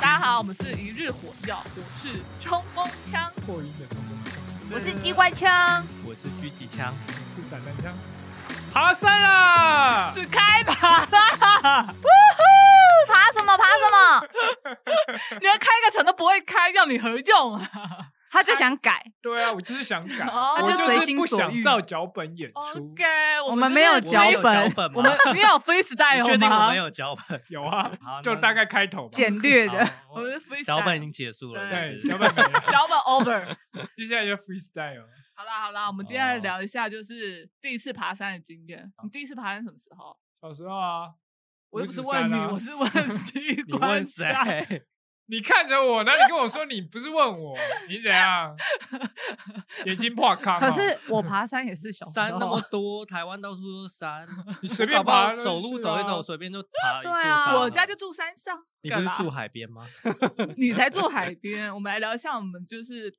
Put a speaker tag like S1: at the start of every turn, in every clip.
S1: 家，我们是一日火药，我是冲锋枪，
S2: 破音的冲锋枪
S3: 我是机关枪，
S4: 我是狙击枪，
S2: 是散弹枪，
S4: 爬山啦！
S1: 是开爬啦！
S3: 爬什么爬什么，
S1: 连开个城都不会开，要你何用啊
S3: 他就想改。
S2: 对啊，我就是想改，
S1: 哦
S2: 我
S1: 他就
S2: 就
S3: 随
S2: 是
S3: 心
S2: 不
S3: 所
S2: 想
S3: 欲哦
S2: 照脚本演出。
S1: ？OK，我
S3: 我们
S1: 们
S3: 没 有
S1: 就是
S3: 脚
S4: 我们有
S3: 本
S4: 脚本吗
S1: 我 们你有 freestyle
S4: 你
S1: 吗？
S4: 确定我们有脚本？
S2: 有啊
S4: 好，
S2: 就
S4: 那
S2: 大概开头嘛。
S3: 简略的，
S4: 好
S1: 我们是 freestyle
S4: 脚本已经结束了，
S2: 对，
S4: 是
S2: 脚
S4: 不
S2: 本没了，
S1: 脚本 over。
S2: 接下来就 freestyle。
S1: 好啦好啦，我们接下来
S4: 哦
S1: 聊一下就是第一次爬山的经验。你第一次爬山什么时候？
S2: 小时候啊，
S1: 我又不是
S2: 五指
S1: 问
S2: 山
S1: 你，
S2: 啊
S1: 我是问机
S4: 是你问
S1: 关
S4: 谁？
S1: 枪。
S2: 你看着我，然后你跟我说你不是问我，你怎 样？眼睛破康哦？
S3: 可是我爬山也是小时
S4: 山那么
S1: 啊
S3: 候，
S4: 多，台湾到处都是 山，
S2: 你随便
S4: 搞不好
S2: 爬都
S4: 走路
S2: 是
S4: 走一
S2: 啊
S4: 走，随便就爬一座
S3: 对啊
S4: 山了。
S1: 我家就住山上，
S4: 你不
S1: 干
S4: 是
S1: 嘛
S4: 住海边吗？
S1: 你才住海边。我们来聊一下我们就是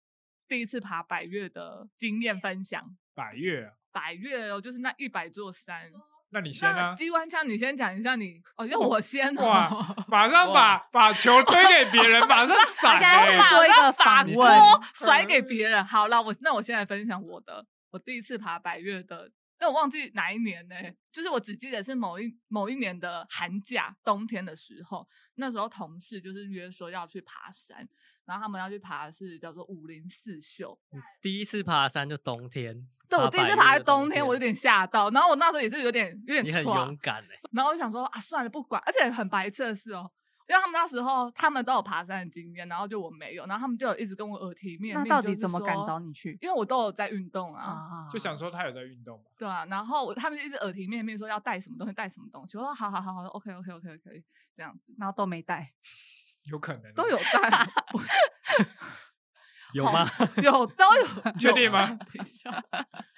S1: 第一次爬百越的经验分享。
S2: 百越啊，
S1: 百越哦，就是那一百座山。
S2: 那你先
S1: 那
S2: 啊。
S1: 机关枪，你先讲一下你哦，要我先哦
S2: 哇， 马上把把球推给别人， 马上
S3: 他
S2: 闪
S3: 现在
S2: 欸、
S3: 是做一个
S1: 把
S3: 反
S4: 你
S3: 问，
S1: 锅甩给别
S2: 嗯
S1: 人。好了，我那我现在分享我的，我第一次爬百越的，但我忘记哪一年呢、就是我只记得是某一某一年的寒假冬天的时候，那时候同事就是约说要去爬山，然后他们要去爬的是叫做五零四秀。
S4: 第一次爬山就冬天，
S1: 对我第一次
S4: 百
S1: 爬在
S4: 岳的
S1: 冬天，
S4: 天，
S1: 我有点吓到，然后我那时候也是有点有点
S4: 你很
S1: 歘
S4: 勇敢哎、
S1: 然后我就想说啊，算了，不管，而且很白痴的是哦，因为他们那时候他们都有爬山的经验，然后就我没有，然后他们就有一直跟我耳提面
S3: 那
S1: 命
S3: 到
S1: 就
S3: 底
S1: 是
S3: 怎么敢
S1: 说
S3: 找你去
S1: 因为我都有在运动啊，
S3: 啊？
S2: 就想说他有在运动吧。
S1: 对啊，然后我他们就一直耳提面命说要带什么东西，带什么东西。我说好好好好，OK OK OK OK，这样子
S3: 然后都没带，
S2: 有可能啊
S1: 都有带，不是
S4: 有
S1: 好
S4: 吗？
S1: 有都有，
S2: 确
S1: 有
S2: 定吗
S1: 带等一下，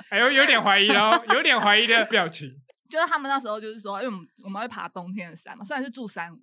S2: 哎呦，有点怀疑喽，有点怀疑的表 情。
S1: 就是他们那时候就是说，因为我们我们会爬冬天的山嘛，虽然是住山屋，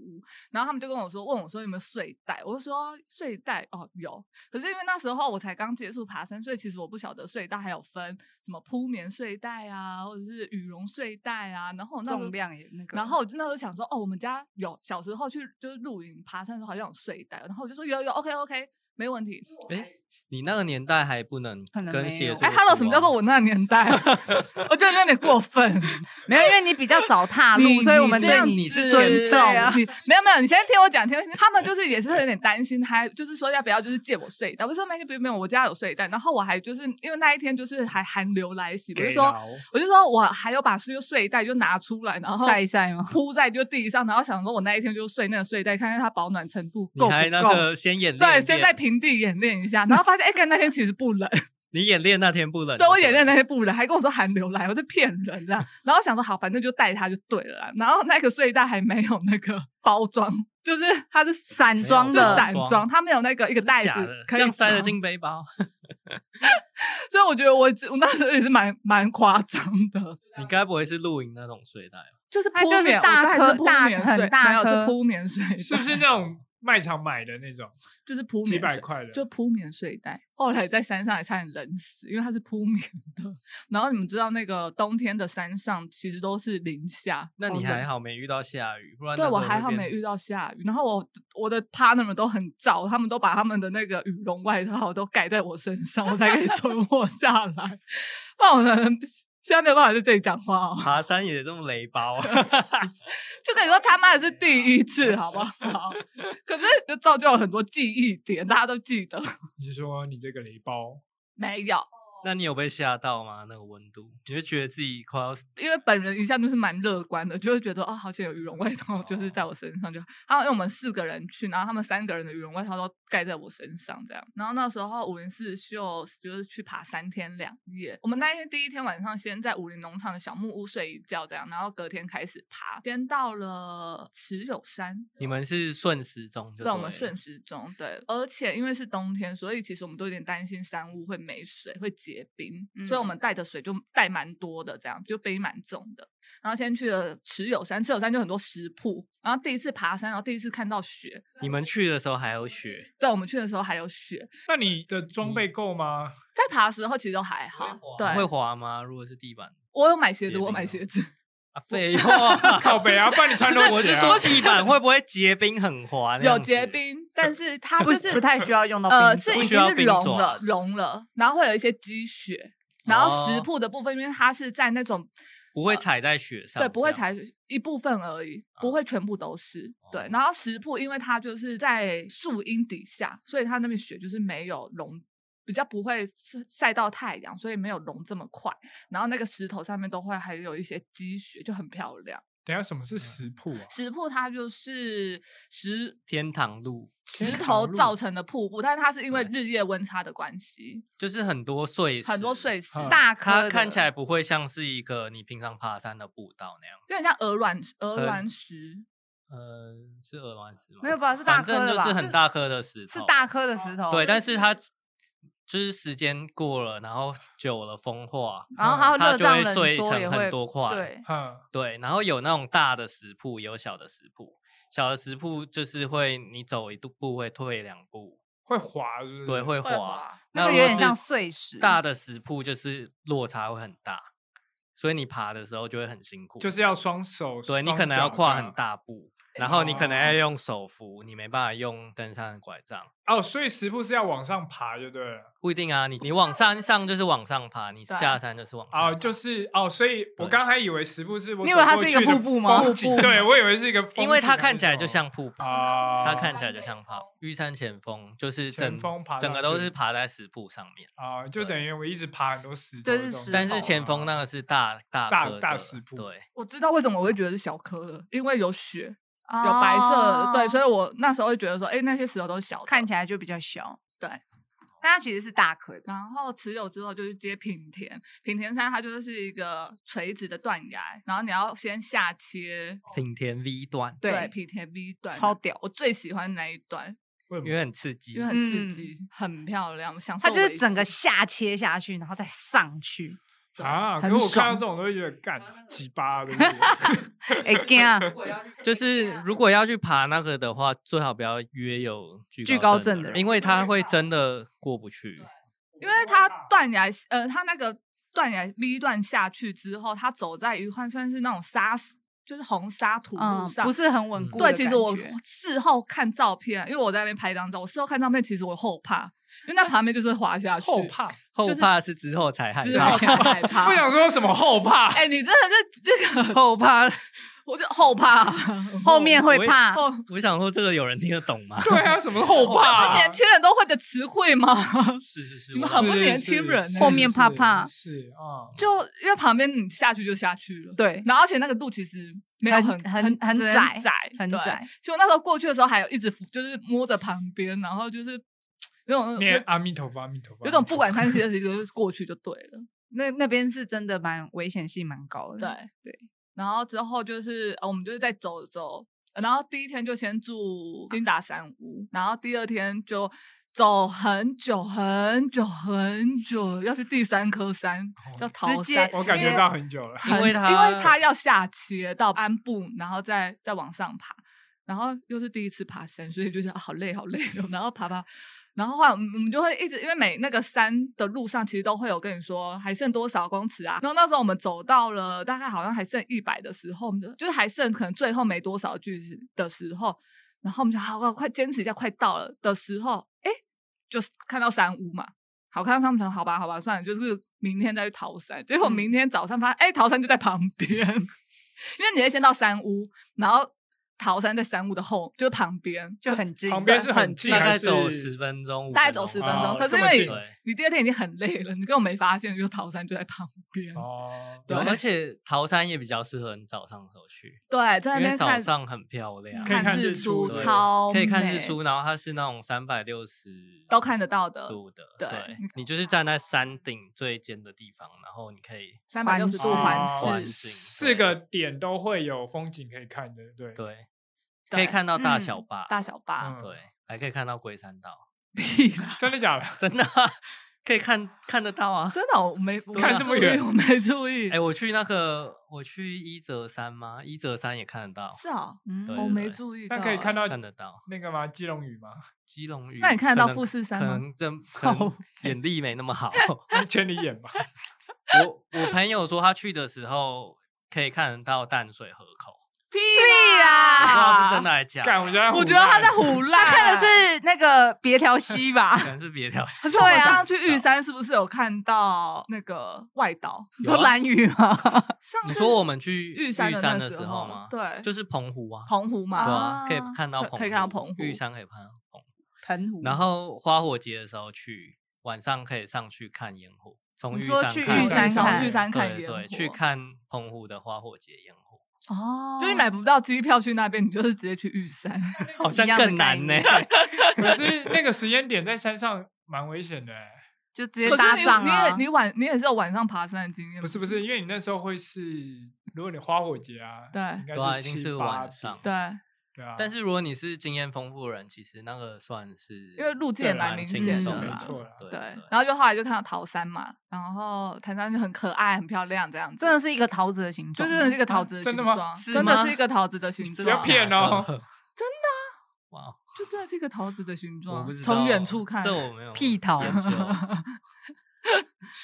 S1: 然后他们就跟我说，问我说有没有睡袋，我就说睡袋哦有，可是因为那时候我才刚接触爬山，所以其实我不晓得睡袋还有分什么铺棉睡袋啊，或者是羽绒睡袋啊，然后我那时候
S3: 重量也那个。
S1: 然后我就那时候想说，哦，我们家有小时候去就是露营爬山的时候好像有睡袋，然后我就说有有，OK OK，没问题。
S4: 哎、你那个年代还不能
S3: 可能
S4: 跟
S3: 没
S4: 协
S3: 有
S4: 作、啊
S1: 哎，Hello，什么叫做？我那年代？ 我觉得你有点过分。
S3: 没有，因为你比较早 踏入，所以我们
S1: 这
S3: 对啊
S1: 样
S3: 你
S1: 子
S3: 是尊重。
S1: 你没有没有，你先听我讲，听我先他们就是也是会有点担心，还就是说要不要就是借我睡袋？我说没事，不用不用，我家有睡袋。然后我还就是因为那一天就是还寒流来袭，我就说
S2: 给饶
S1: 我就说我还有把睡睡袋就拿出来，然后
S3: 晒一晒吗？
S1: 铺在就地上，然后想说我那一天就睡那个睡袋，看看它保暖程度
S4: 你
S1: 够不
S4: 还那
S1: 够。
S4: 个先演练
S1: 对，
S4: 一
S1: 先
S4: 遍
S1: 在平地演练一下，然后发现哎，干、那天其实不冷，
S4: 你演练那天不冷，
S1: 对我演练那天不冷，还跟我说寒流来，我在骗人这样。然后想说好，反正就带它就对了啦。然后那个睡袋还没有那个包装，就是它是
S3: 散装
S1: 是
S4: 没有
S3: 的，
S1: 散
S4: 装
S1: 装，它没有那个一个袋子
S4: 假的，
S1: 可
S4: 这
S1: 以
S4: 样塞得
S1: 装
S4: 进背包。
S1: 所以我觉得我我那时候也是蛮蛮夸张的，
S4: 你该不会是露营那种睡袋吧？
S1: 就是
S3: 它
S1: 铺
S3: 就是
S1: 棉，
S3: 大
S1: 我带的
S3: 颗
S1: 是铺
S3: 大
S1: 棉
S3: 很
S1: 睡
S3: 大
S1: 没有
S3: 颗
S1: 是铺棉睡袋，
S2: 是不是那种卖场买的那种
S1: 就是铺
S2: 几
S1: 棉
S2: 百
S1: 睡
S2: 块的？
S1: 就铺棉睡袋。后来在山上也差点冷死，因为它是铺棉的。然后你们知道那个冬天的山上其实都是零下，
S4: 那你
S1: 冷
S4: 还。好没遇到下雨，不然
S1: 哦对
S4: 那
S1: 我
S4: 时候
S1: 还
S4: 会
S1: 好
S4: 变
S1: 没遇到下雨，然后我我的 partner 们都很燥，他们都把他们的那个羽绒外套都盖在我身上，我才可以 存活下来。不然我可能现在没有办法在这里讲话哦。
S4: 爬山也这么雷 包，啊
S1: 就跟你说他妈的是第一次，好 不好？可是就造就了很多记忆点，大家都记得。
S2: 你说你这个雷包，
S1: 没有，
S4: 那你有被吓到吗？那个温度，你会觉得自己快要死
S1: 因为本人一向就是蛮乐观的，就会觉得哦，好像有羽绒外套，就是在我身上就。然后因为我们四个人去，然后他们三个人的羽绒外套都盖在我身上，这样。然后那时候五零四秀就是去爬三天两夜，我们那一天第一天晚上先在武林农场的小木屋睡一觉，这样，然后隔天开始爬，先到了持有山，
S4: 你们是顺时钟就对了，
S1: 让我们顺时钟对，而且因为是冬天，所以其实我们都有点担心山屋会没水、会结冰，所以我
S4: 嗯
S1: 们带的水就带蛮多的，这样就背蛮重的。然后先去了持有山，持有山就很多石铺，然后第一次爬山，然后第一次看到雪。
S4: 你们去的时候还有雪，
S1: 对，我们去的时候还有雪，
S2: 那你的装
S4: 嗯
S2: 备够吗？
S1: 在爬的时候其实都还好。对，
S4: 会滑吗？如果是地板，
S1: 我有买鞋
S4: 结
S1: 子，我有
S4: 冰
S1: 买
S4: 哦
S1: 鞋子。
S4: 啊，废话，
S2: 靠北啊，不然你穿拖
S4: 我
S2: 鞋
S4: 是
S2: 啊
S4: 说。地板会不会结冰很滑？那
S1: 有
S4: 样子
S1: 结，冰，但是 它
S3: 不
S1: 就是
S3: 不太需要用到
S1: 呃，
S3: 冰
S1: 是
S3: 爪
S4: 不
S1: 已
S4: 需
S1: 经
S4: 要
S1: 是
S4: 冰
S1: 融
S4: 爪
S1: 了，融了，然后会有一些积雪。然后食
S4: 哦
S1: 铺的部分，因为它是在那种
S4: 不会踩在雪上，
S1: 对，不会
S4: 这样啊
S1: 采一部分而已，不会全部都是。
S4: 哦
S1: 对，然后食铺因为它就是在树荫底下，所以它那边雪就是没有融，比较不会晒晒到太阳，所以没有融这么快。然后那个石头上面都会还有一些积雪，就很漂亮。
S2: 等一下什么是食铺啊？
S1: 石铺它就是石
S4: 天堂路，
S1: 石
S2: 石
S1: 头
S2: 头路
S1: 造成的瀑布，但是它是因为
S4: 对
S1: 日夜温差的关系，
S4: 就是很多碎石，
S1: 很多碎石
S2: 嗯，
S1: 大颗
S4: 它
S1: 的
S4: 看起来不会像是一个你平常爬山的步道那样。
S1: 有点像鹅卵鹅
S4: 很
S1: 卵石，
S4: 呃，是鹅卵石吗？
S3: 没有吧？是大
S4: 反
S3: 颗
S4: 正
S3: 的
S4: 就
S3: 吧？
S4: 是很大颗的石头，
S3: 是大颗的石头。
S4: 对，但是它就是时间过了，然后久了风化，
S3: 然后还有
S4: 它
S3: 热
S4: 嗯就
S3: 胀
S4: 会
S3: 冷
S4: 碎
S3: 缩也
S4: 成很
S3: 会
S4: 多块。
S3: 对，
S2: 嗯，
S4: 对然后有那种大的石铺，有小的石铺。小的石铺就是会，你走一步会退两步，
S2: 会滑是不是？
S4: 对，嗯
S1: 会
S4: 会滑。
S1: 滑
S3: 那
S4: 如
S3: 个
S4: 果
S3: 有点
S4: 是
S3: 像碎石。
S4: 大的石铺，就是落差会很大，所以你爬的时候就会很辛苦。
S2: 就是要双手。
S4: 对你
S2: 双
S4: 可能
S2: 脚
S4: 要跨
S2: 这样
S4: 很。大步，然后你可能要用手扶，你没办法用登山的拐杖。
S2: 哦，所以食铺是要往上爬就对了。
S4: 不一定啊，你你往山上就是往上爬，你
S1: 对
S4: 下山就是往上爬。
S2: 哦，就是哦，所以我
S4: 对
S2: 刚还以为食铺是我
S3: 你以为
S2: 走
S3: 它
S2: 过
S3: 是一个
S2: 去的
S3: 瀑布吗
S2: 风景
S3: 瀑布
S2: 对，我以为是一个风景还是什么，
S4: 因为它看起来就像瀑布，
S2: 啊，
S4: 它看起来就像爬玉山前锋，就是
S2: 前
S4: 整
S2: 锋爬
S4: 整
S2: 上
S4: 个都
S2: 去
S4: 是爬在石铺上面。
S2: 啊，就
S4: 对
S2: 等于我一直爬很多石头
S3: 就
S2: 这
S3: 是
S2: 种
S3: 石
S2: 地方，
S4: 但是前
S1: 啊
S4: 锋那个是大大
S2: 哦大
S4: 颗
S2: 大
S4: 的
S2: 石铺
S4: 对，
S1: 我知道为什么我会觉得是小颗的，因为有雪，
S3: 有
S1: 有白色的，对，所
S3: 以
S1: 以我那时候会觉得说，哎、那些石头都是小的。
S3: 看起来就比较小。
S1: 对，
S3: 但它其实是大颗的。
S1: 然后持有之后就是接平田，平田山它就是一个垂直的断崖，然后你要先下切，
S4: 品田 V 段，
S3: 对，
S1: 平田 V 段
S3: 超屌
S1: 我最喜欢那一段，
S2: 为什
S4: 因
S2: 么
S4: 为很刺激
S1: 因为。很刺
S3: 嗯
S1: 激，很漂亮，享受
S3: 它就是
S1: 维
S3: 整个
S1: 持
S3: 下切下去，然后再 上去。
S2: 啊？可
S3: 很
S2: 是我看到
S3: 爽
S2: 这种都会觉得干鸡巴，对不 对？
S3: 哎呀，
S4: 就是如果要去爬那个的话，最好不要约有
S3: 惧
S4: 惧
S3: 高
S4: 高
S3: 症
S4: 症
S3: 的
S4: 的人，
S3: 人
S4: 因为他会真的过不去。
S1: 因为它断崖，呃，它那个断崖 V 段下去之后，它走在一块算是那种沙石，就是红沙土
S3: 嗯
S1: 路，上，
S3: 不是很稳固的
S1: 对，
S3: 感
S1: 其
S3: 觉。
S1: 实我 事后看照片，因为我在那边拍张照，我事后看照片，其实我后怕，因为那旁边就是滑下去，
S2: 后怕，
S4: 后
S1: 就是
S4: 怕是之后才害
S1: 之后才
S4: 怕，
S1: 害
S2: 我
S1: 怕。
S2: 想说什么后怕？
S1: 啊哎、你真的是这个，
S4: 后怕。
S1: 我就后啊怕，
S3: 后面会
S4: 我也
S3: 怕。
S1: 后
S4: 我想说，这个有人听得懂吗？
S2: 对啊，什么后怕啊？
S1: 年轻人都会的词汇吗？
S4: 是是是，
S1: 你
S4: 我
S1: 们
S4: 懂
S1: 很不
S2: 是
S1: 年
S2: 是
S1: 轻人
S2: 是
S1: 呢
S3: 后面怕
S2: 是
S3: 怕
S2: 是啊，
S1: 就因为旁边你下去就下去了，。
S3: 对，
S1: 然后而且那个路其实没有
S3: 很
S1: 很
S3: 很
S1: 很
S3: 很窄
S1: 窄窄
S3: 很
S1: 对
S3: 窄。
S1: 所以我那时候过去的时候，还有一直扶就是摸着旁边，然后就是那种
S2: 念
S1: 有
S2: 阿弥陀佛，阿弥陀佛，
S1: 有
S2: 阿
S1: 种
S2: 弥
S1: 不
S2: 陀
S1: 管
S2: 佛
S1: 三七二十一，就是过去就对了。
S3: 那那边是真的蛮危险性蛮高的。
S1: 对
S3: 对。
S1: 然后之后就是、呃我们就是在走走，呃然后第一天就先住金达山屋，然后第二天就走很久很久很久，要去第三颗山，叫桃
S3: 哦直接
S1: 山。
S2: 我感
S3: 因
S2: 觉
S3: 为
S2: 到很久了。
S1: 很
S4: 因为嗯它
S1: 因为它要下切到安部，然后再再往上爬，然后又是第一次爬山，所以就觉得、啊好累好累 哦，然后爬爬。然后后来我们我们就会一直，因为每那个山的路上其实都会有跟你说还剩多少公尺啊。然后那时候我们走到了大概好像还剩一百的时候，我们就就是还剩可能最后没多少句子的时候，然后我们想好快快坚持一下，快到了的时候，哎，就是看到山屋嘛，好看到他们想好吧，好吧，算了，就是明天再去桃山。结果
S3: 嗯
S1: 明天早上发现，哎、桃山就在旁边，因 为你会先到山屋，然后桃山在山屋的后，就是旁边，
S3: 就很近，
S2: 旁边是
S3: 对
S2: 很近
S4: 大
S2: 还
S4: 概
S2: 是
S4: 走十分钟，啊
S1: 大概走十分
S2: 哦
S1: 钟。可是
S2: 这
S1: 因
S2: 么
S1: 为
S2: 近
S1: 你
S4: 对。
S1: 你第二天已经很累了，你根本没发现，就桃山就在旁边。
S2: 哦，
S4: 对，
S1: 对
S4: 而且桃山也比较适合你早上的时候去，
S1: 对，在那
S4: 因为
S1: 边
S4: 早
S1: 看
S4: 上很漂亮，
S2: 可以看日
S1: 日
S2: 出
S4: 对
S1: 超
S4: 可以看日
S1: 美
S4: 出，然后它是那种三百六十
S1: 都看得到的，
S4: 度的，
S1: 对
S4: 对
S1: 你，
S4: 你就是站在山顶最尖的地方，然后你可以
S1: 三百六十度
S2: 环视
S1: 环
S4: 环
S1: 视，
S4: 视
S2: 啊四个点都会有风景可以看的，对，
S4: 对，
S1: 对
S4: 可以看到大
S3: 嗯
S4: 小坝，
S1: 大小坝。
S2: 嗯
S4: 对，还可以看到龟山岛，
S2: 真的假的？
S4: 真的啊 可以看看得到啊。
S1: 真的，我没我没
S2: 看这么
S1: 注意
S2: 远
S1: 我没注意。
S4: 哎，我去那个，我去一泽山吗？一泽山也看得到，
S1: 是啊，
S3: 嗯
S4: 对
S1: 我没注意到
S2: 那
S1: 欸。
S2: 可以看到
S4: 看得到。
S2: 那个吗？基隆屿吗？
S4: 基隆屿，
S1: 那你看得
S4: 可
S1: 到
S4: 能
S1: 富士山吗
S4: 可能 真可能眼力没那么好。
S2: 千里眼吧。
S4: 我我朋友说他去的时候可以看得到淡水河 口，
S1: 屁
S4: 我不知道是真
S1: 的，
S4: 的还是假
S2: 干，我
S4: 的，
S2: 觉得
S1: 啊我觉得他在
S2: 胡欸
S1: 胡乱，
S3: 他看的 是那个别 条溪吧
S4: 可？能是别条
S1: 可
S4: 线。
S1: 是我
S3: 对啊
S1: 上次去玉山是不是有看到那个外岛？
S3: 你
S4: 有
S3: 说
S4: 啊
S3: 蓝雨 吗？
S1: 上次
S4: 你说我们去
S1: 玉山的
S4: 山
S1: 那
S4: 的
S1: 时
S4: 候
S1: 候
S4: 吗？
S1: 对
S4: 就是澎湖啊，
S1: 澎湖
S4: 对
S1: 嘛，
S4: 啊，可以
S3: 啊
S4: 看到
S1: 可
S4: 澎湖，
S1: 可以看到澎湖
S4: 玉山可以看到澎湖。
S3: 澎
S1: 嗯
S3: 湖
S4: 然后花火节的时候去，晚上可以上去看烟火，从
S1: 你
S4: 玉
S1: 说
S4: 山
S1: 去
S4: 看
S1: 玉山
S3: 山看
S1: 从玉山看
S4: 对
S1: 烟
S4: 对，
S1: 火，
S4: 去看澎湖的花火节烟火，
S3: 哦
S1: 就是你买不到机票去那边，你就是直接去玉山。
S4: 好像
S3: 一样的
S4: 更
S3: 概
S4: 难呢、
S3: 念
S2: 可是那个时间点在山上蛮危险的欸、
S3: 就直接
S1: 可
S3: 搭
S1: 是
S3: 帐
S1: 你你也
S3: 啊。
S1: 你晚你也是有晚上爬山的经验，
S2: 不是不是，因为你那时候会是，如果你花火节啊，
S1: 对
S2: 应该
S4: 对啊一
S2: 七
S4: 定是
S2: 八
S4: 晚
S2: 点
S4: 上
S1: 对，
S2: 对啊。
S4: 但是如果你是经验丰富的人，其实那个算是
S1: 因为路径
S2: 也
S4: 对
S2: 蛮
S4: 蛮
S2: 明
S4: 轻
S2: 显
S4: 松
S2: 的
S4: 的
S2: 没
S4: 啦，
S2: 错啦
S4: 对
S1: 对
S4: 对。，
S1: 然后就后来就看到桃山嘛，然后台山就很可爱、很漂亮这样子，
S3: 真的是一个桃子的形
S1: 就
S3: 状，
S1: 真的是一个桃子
S2: 啊
S1: 的
S2: 真
S1: 形
S2: 的吗
S1: 状，
S4: 是
S1: 真的
S4: 吗
S1: 是一个桃子的形
S4: 真
S1: 状，
S4: 的
S2: 不要骗
S4: 假的
S2: 哦
S4: 哇哦，
S1: 就真的是一个桃子的形
S4: 我
S1: 状
S4: 不知，道，
S1: 啊从远处看，
S4: 这我没有
S3: 屁桃
S4: 研 究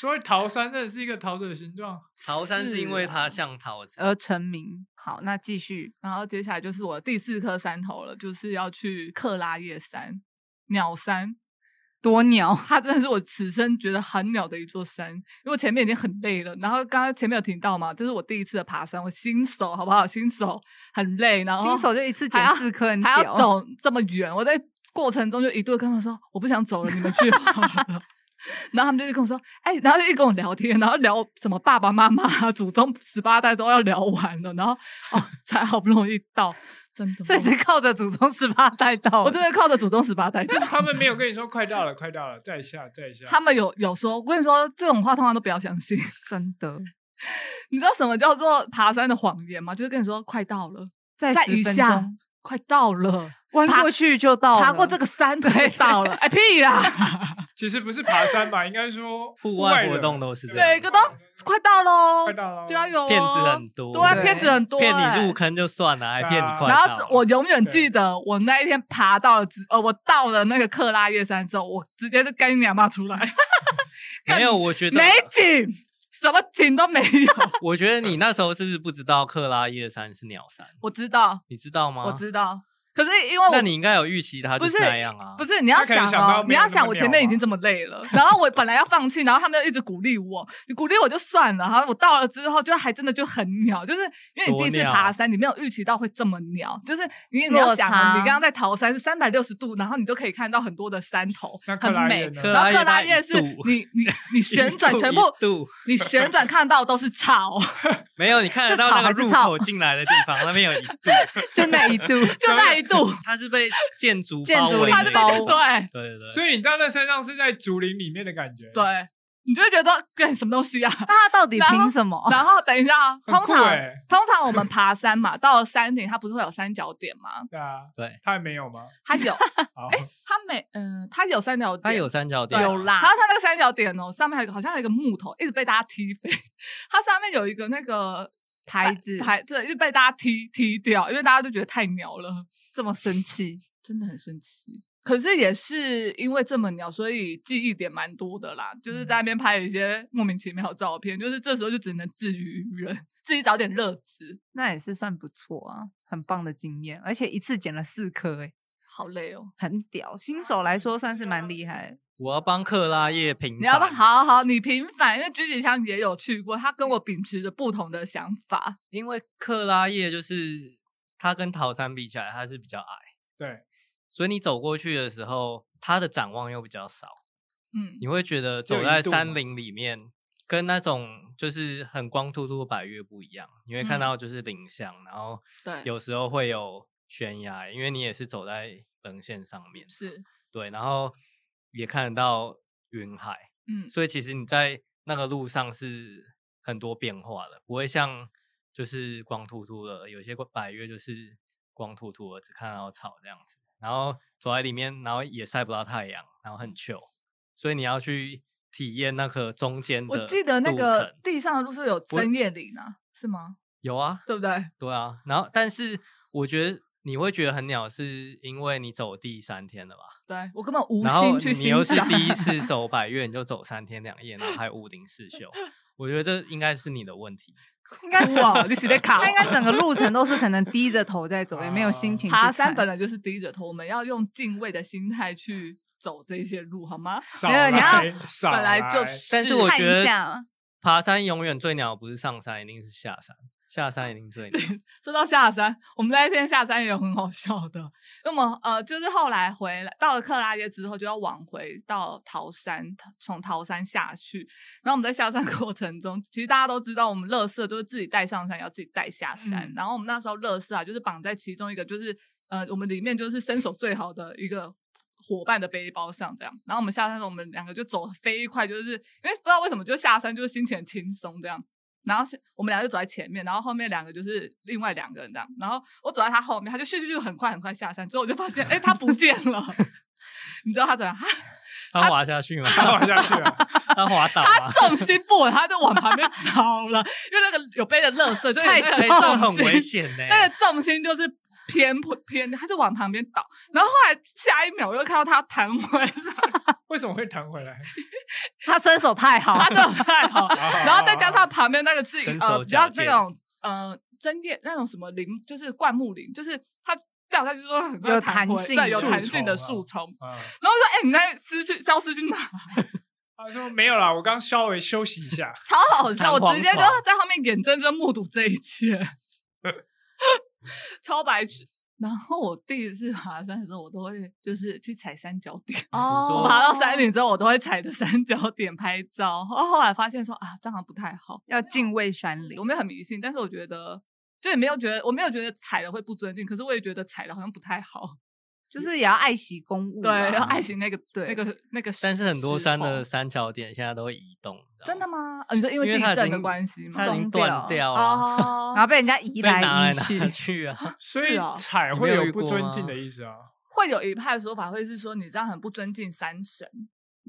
S2: 所以桃山真的是一个桃子的形状，
S4: 桃山是因为
S1: 是啊
S4: 它像桃子，
S3: 而成名。好，那继续。
S1: 然后接下来就是我第四颗山头了，就是要去克拉叶山鸟山。
S3: 多鸟，
S1: 它真的是我此生觉得很鸟的一座山，因为我前面已经很累了。然后刚刚前面有听到嘛，这是我第一次的爬山，我新手好不好？新手很累，然后
S3: 新手就一次
S1: 还
S3: 捡
S1: 要
S3: 四颗，很
S1: 还
S3: 屌
S1: 要。走这么远，我在过程中就一度跟他们说我不想走了，你们去好了。然后他们就一直跟我说，哎、然后就一直跟我聊天，然后聊什么爸爸妈妈、祖宗十八代都要聊完了，然后哦，才好不容易到，真的吗，
S3: 所以是靠着祖宗十八代到
S1: 我
S3: 的。
S1: 真的靠着祖宗十八 代到。
S2: 他们没有跟你说快到了，快到了，再一下，再一下。
S1: 他们有有说，我跟你说，这种话通常都不要相信。
S3: 真的，
S1: 你知道什么叫做爬山的谎言吗？就是跟你说快到了，
S3: 在
S1: 再
S3: 十
S1: 一
S3: 分
S1: 下
S3: 钟，
S1: 快到了，
S3: 弯
S1: 爬
S3: 过去就到了，
S1: 爬过这 个山就到了，哎屁 啦，
S2: 其实不是爬山吧，应该说
S4: 户
S2: 外
S4: 外活
S2: 人
S4: 动都是这样
S1: 每个都快到喽，
S2: 快到咯
S1: 加油、哦！
S4: 骗子很多，
S1: 对啊，
S3: 对
S1: 骗子很多、
S4: 骗你
S1: 哎
S4: 入坑就算了，还
S2: 啊
S4: 骗你快
S1: 然
S4: 到了。
S1: 后我永远
S2: 对
S1: 记得，我那一天爬到了之，呃，我到了那个克拉叶山之后，我直接就干你娘骂出 来，
S4: 没有，我觉得
S1: 没景，什么景都没有。
S4: 我觉得你那时候是不是不知道克拉叶山是鸟山？
S1: 我知道，
S4: 你知道吗？
S1: 我知道，可是因为我
S4: 那你应该有预期它就
S1: 不是
S4: 那样啊。
S1: 不是，你要
S2: 他可能
S1: 想
S2: 想到
S1: 哦，
S2: 没
S1: 你
S2: 有
S1: 要
S2: 那
S1: 想，
S2: 么
S1: 我
S2: 妙
S1: 前面已
S2: 啊
S1: 经这么累了，然后我本来要放弃，然后他们又一直鼓励我，你鼓励我就算了，然后我到了之后，就还真的就很鸟，就是因为你
S4: 多
S1: 第一次
S4: 鸟
S1: 爬山，你没有预期到会这么鸟，就是你你
S3: 落
S1: 要想哦，
S3: 差
S1: 你刚刚在桃山是三百六十度，然后你就可以看到很多的山头
S2: 那，克
S1: 很
S2: 拉叶
S1: 美。
S2: 呢
S4: 克
S1: 然后克
S4: 拉
S1: 拉
S4: 叶
S1: 叶
S4: 那一
S1: 是
S4: 度
S1: 你你 你旋转
S4: 一
S1: 全部
S4: 度，一度
S1: 你旋转看到都是草，
S4: 没有，你看得
S3: 是
S4: 到
S3: 草
S4: 那
S3: 还
S4: 个
S3: 是
S4: 入
S3: 草
S4: 口进来的地方，那边有 一度，
S3: 就那一度，
S1: 就那一 度，
S4: 它是被建筑
S3: 建
S4: 包
S3: 筑
S4: 围
S3: 林
S1: 它这
S4: 的一
S1: 边
S3: 包
S4: 个
S1: 就对
S4: 对对对，
S2: 所以你到那山上是在竹林里面的感觉。
S1: 对，你就会觉得干什么东西啊？
S3: 那他到底
S1: 然后
S3: 凭什么？
S1: 然后等一下啊，
S2: 很
S1: 通
S2: 酷
S1: 常、
S2: 欸
S1: 通常我们爬山嘛，到了山顶它不是会有三角点吗？
S2: 对啊，
S4: 对，
S2: 他还没有 吗？
S1: 它 有，
S2: 好，
S1: 它每嗯、它有三角点，
S4: 它有三角点啊，
S1: 有啦。然后它那个三角点哦，上面还有一个好像还有一个木头，一直被大家踢飞。 它上面有一个那个
S3: 牌子
S1: 牌对，就被大家踢踢掉，因为大家都觉得太鸟了，
S3: 这么生气，
S1: 真的很生气。可是也是因为这么鸟，所以记忆点蛮多的啦。
S4: 嗯
S1: 就是在那边拍了一些莫名其妙的照片，就是这时候就只能自娱于人，自己找点乐子。
S3: 那也是算不错啊，很棒的经验，而且一次捡了四颗，哎，
S1: 好累哦，
S3: 很屌，新手来说算是蛮厉害的。
S4: 我要帮克拉叶平反，
S1: 你要不好好你平反，因为狙击枪也有去过，他跟我秉持着不同的想法。
S4: 因为克拉叶就是它跟桃山比起来，它是比较矮，
S2: 对，
S4: 所以你走过去的时候，它的展望又比较少。
S1: 嗯，
S4: 你会觉得
S2: 就
S4: 走
S2: 一
S4: 在
S2: 度
S4: 山
S2: 嘛
S4: 林里面，跟那种就是很光秃秃的百越不一样。你会看
S1: 嗯
S4: 到就是林相，然后
S1: 对
S4: 有时候会有悬崖，因为你也是走在棱线上面，
S1: 是，
S4: 对，然后也看得到云海，
S1: 嗯，
S4: 所以其实你在那个路上是很多变化的，不会像就是光秃秃的，有些百越就是光秃秃的，只看到草这样子，然后走在里面，然后也晒不到太阳，然后很 chill，所以你要去体验那个中间的。
S1: 我记得那个地上的路是有深夜里呢，是吗？
S4: 有啊，
S1: 对不对？
S4: 对啊，然后但是我觉得你会觉得很鸟，是因为你走第三天了吧？
S1: 对我根本无
S4: 然后
S1: 心去
S4: 你
S1: 欣
S4: 又是
S1: 赏。
S4: 第一次走百越，你就走三天两夜，然后还有五林四秀，我觉得这应该是你的问题。
S3: 应该
S1: 哭哦你是在卡哦
S3: 他应该整个路程都是可能低着头在走，也没有心情去
S1: 爬山
S3: 看
S1: 本来就是低着头，我们要用敬畏的心态去走这些路，好吗？
S2: 少
S3: 没有你要
S2: 来少
S1: 本来就
S2: 来
S4: 但是我
S3: 看
S4: 觉
S3: 一
S4: 得
S1: 啊
S3: 下
S4: 爬山永远最鸟不是上山，一定是下山，下山一定 最鸟。
S1: 说到下山，我们那一天下山也有很好笑的，那么呃，就是后来回来到了克拉耶之后，就要往回到桃山，从桃山下去。然后我们在下山 过程中，其实大家都知道，我们乐色都是自己带上山，要自己带下山。
S2: 嗯
S1: 然后我们那时候乐色啊，就是绑在其中一个，就是呃，我们里面就是身手最好的一个。伙伴的背包上这样，然后我们下山的时候，我们两个就走得飞快，就是因为不知道为什么就下山就是心情很轻松这样，然后是我们俩就走在前面，然后后面两个就是另外两个人这样。然后我走在他后面，他就咻咻咻很快很快下山。之后我就发现，哎、他不见了。 你知道他怎样？ 他
S4: 他滑下去吗？
S2: 倒下去了，
S4: 他滑倒
S1: 他
S4: 吗？
S1: 重心不稳，他就往旁边倒了，因为那个有背的垃圾，就有那个
S4: 哎这很
S1: 重
S4: 危
S1: 心，
S4: 险呢。
S1: 那个重心就是偏颇偏，他就往旁边倒。然后后来下一秒，我又看到他弹回来，
S2: 为什么会弹回来？
S3: 他身手太好
S1: 他
S3: 了，
S1: 真的很害怕。然后再加上旁边那个是
S4: 哦伸
S1: 呃
S4: 手
S1: 比较
S4: 矫
S1: 那
S4: 健
S1: 种呃针叶那种什么林，就是灌木林，就是它掉下去之后很快
S3: 有
S1: 弹
S3: 弹
S1: 回
S3: 性
S1: 对，
S3: 的
S1: 有
S2: 树
S1: 弹性的
S2: 丛啊
S1: 树丛。
S2: 啊，
S1: 然后说：“哎、你在失去消失去哪？
S2: 他说没有啦，我刚稍微休息一 下。
S1: 超好笑！
S4: 弹
S1: 我直
S4: 簧
S1: 接就
S4: 床
S1: 在后面眼睁睁目睹这一切， 超白痴。”然后我第一次爬山的时候，我都会就是去踩三角点。
S4: 说
S3: 哦
S1: 我爬到山顶之后，我都会踩着三角点拍照。后后来发现说啊，这样好像不太好。
S3: 要敬畏山林
S1: 我。没有很迷信，但是我觉得就也没有觉得，我没有觉得踩了会不尊敬，可是我也觉得踩了好像不太好。
S3: 就是也要爱惜公务、
S1: 对，
S3: 啊，
S1: 要爱惜那个
S3: 对
S1: 那个那个石头。
S4: 但是很多山的三角点现在都会移动，你知道
S1: 真的？吗？啊你说因
S4: 因
S1: 为
S4: 为
S1: 地
S4: 它已
S1: 震的
S4: 经
S1: 关系吗
S4: 它？已
S3: 松
S4: 经
S3: 掉
S4: 断掉了，
S1: 哦
S3: 然后被人家移
S4: 被拿
S3: 来
S4: 来
S3: 移去
S4: 拿，去 啊。
S2: 所以
S1: 是哦
S2: 踩
S4: 你
S2: 会
S4: 没有
S2: 有
S4: 遇
S2: 不
S4: 过
S2: 尊
S4: 吗
S2: 敬的意思啊。
S1: 会有一派说法会是说你这样很不尊敬山神，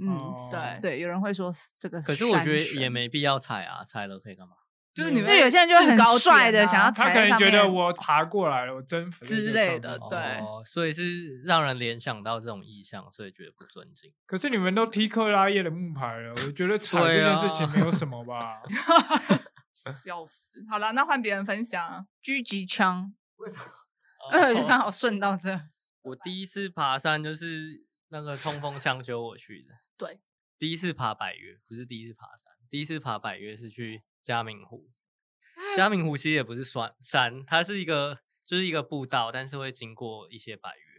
S3: 嗯，
S2: 哦
S1: 对
S3: 对，有人会说这个，
S4: 可是我觉得也，没必要踩啊，踩了可以干嘛？
S1: 就是
S2: 嗯
S1: 你
S3: 就
S1: 会
S3: 有些人就会
S1: 制
S3: 很
S1: 高
S3: 帅
S1: 点
S3: 的想要
S1: 啊
S2: 他
S3: 踩
S2: 可
S3: 在
S2: 能
S3: 上
S2: 觉
S3: 面
S2: 得我爬过来了，我征服了
S1: 之
S2: 这个
S1: 类
S2: 上
S1: 的
S2: 面
S1: 对
S4: 哦，所以是让人联想到这种意象，所以觉得不尊 敬。
S2: 可是你们都踢克拉叶的木牌了，我觉得踩这
S4: 对
S2: 件
S4: 啊
S2: 事情没有什么吧。
S1: 笑死。好了，那换别人分享啊。
S3: 狙击枪，
S4: 哦
S3: 呃， 刚好顺到这，
S4: 我第一次爬山就是那个冲锋枪揪我去 的。
S1: 对，
S4: 第一次爬百越不是第一次爬山，第一次爬百越是去嘉明湖。嘉明湖其实也不是山山，它是一个就是一个步道，但是会经过一些百越。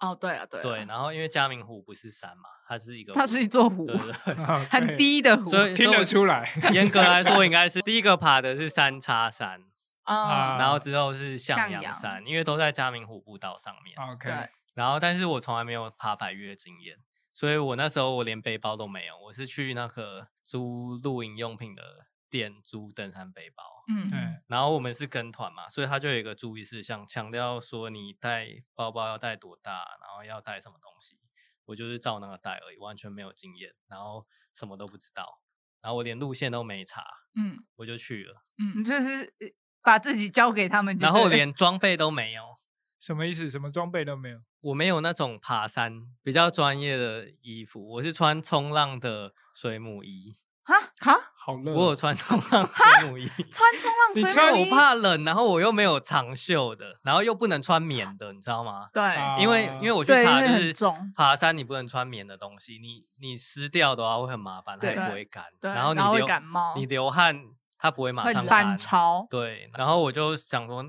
S1: 哦，对了，对
S4: 对，
S1: 了，
S4: 然后因为嘉明湖不是山嘛，它是一个
S3: 啊它
S4: 湖
S3: 是一座湖
S4: 对，对对
S2: 啊
S3: 很
S2: 对
S3: 低的 湖，
S4: 所以
S2: 听
S4: 所以
S2: 得
S4: 我
S2: 出来。
S4: 严格来 说，应该是第一个爬的是三叉山，
S1: 啊，
S4: 然后之后是
S3: 向
S4: 向阳
S3: 阳
S4: 山，因为都在嘉明湖步道上面。
S2: 啊 OK，
S1: 对，
S4: 然后，但是我从来没有爬百越的经验，所以我那时候我连背包都没有，我是去那个租露营用品的店租登山背包。
S1: 嗯，
S2: 嗯，
S4: 然后我们是跟团嘛，所以他就有一个注意事项，强调说你带包包要带多大，然后要带什么东西。我就是照那个带而已，完全没有经验，然后什么都不知道，然后我连路线都没查，
S1: 嗯
S4: 我就去了，
S3: 你
S1: 嗯，
S3: 就是呃把自己交给他们就对
S4: 然
S3: 了，
S4: 后我 连装备都没有。
S2: 什么意思？什么装备都没有。
S4: 我没有那种爬山比较专业的衣服，我是穿冲浪的水母衣，
S3: 哈
S1: 好，
S2: 好热哦
S4: 我有穿冲浪水母衣，
S3: 穿嗯 冲浪
S2: 你
S3: 水
S2: 穿
S4: 因
S3: 母
S4: 为
S3: 衣
S4: 我怕冷，然后我又没有长袖的，然后又不能穿棉的，你知道吗？
S1: 对，
S2: 啊
S4: 因为因为我去
S3: 哦对
S4: 查
S3: 因
S4: 就
S3: 为很
S4: 是
S3: 重
S4: 爬山你不能穿棉的东西，你你湿掉的话会很麻烦，它
S3: 对
S4: 也不会干，
S1: 对
S4: 然后你
S1: 然后会
S4: 流
S1: 感冒
S4: 你流汗它不会马
S3: 会
S4: 上干
S3: 反，潮，
S4: 对，然后我就想说，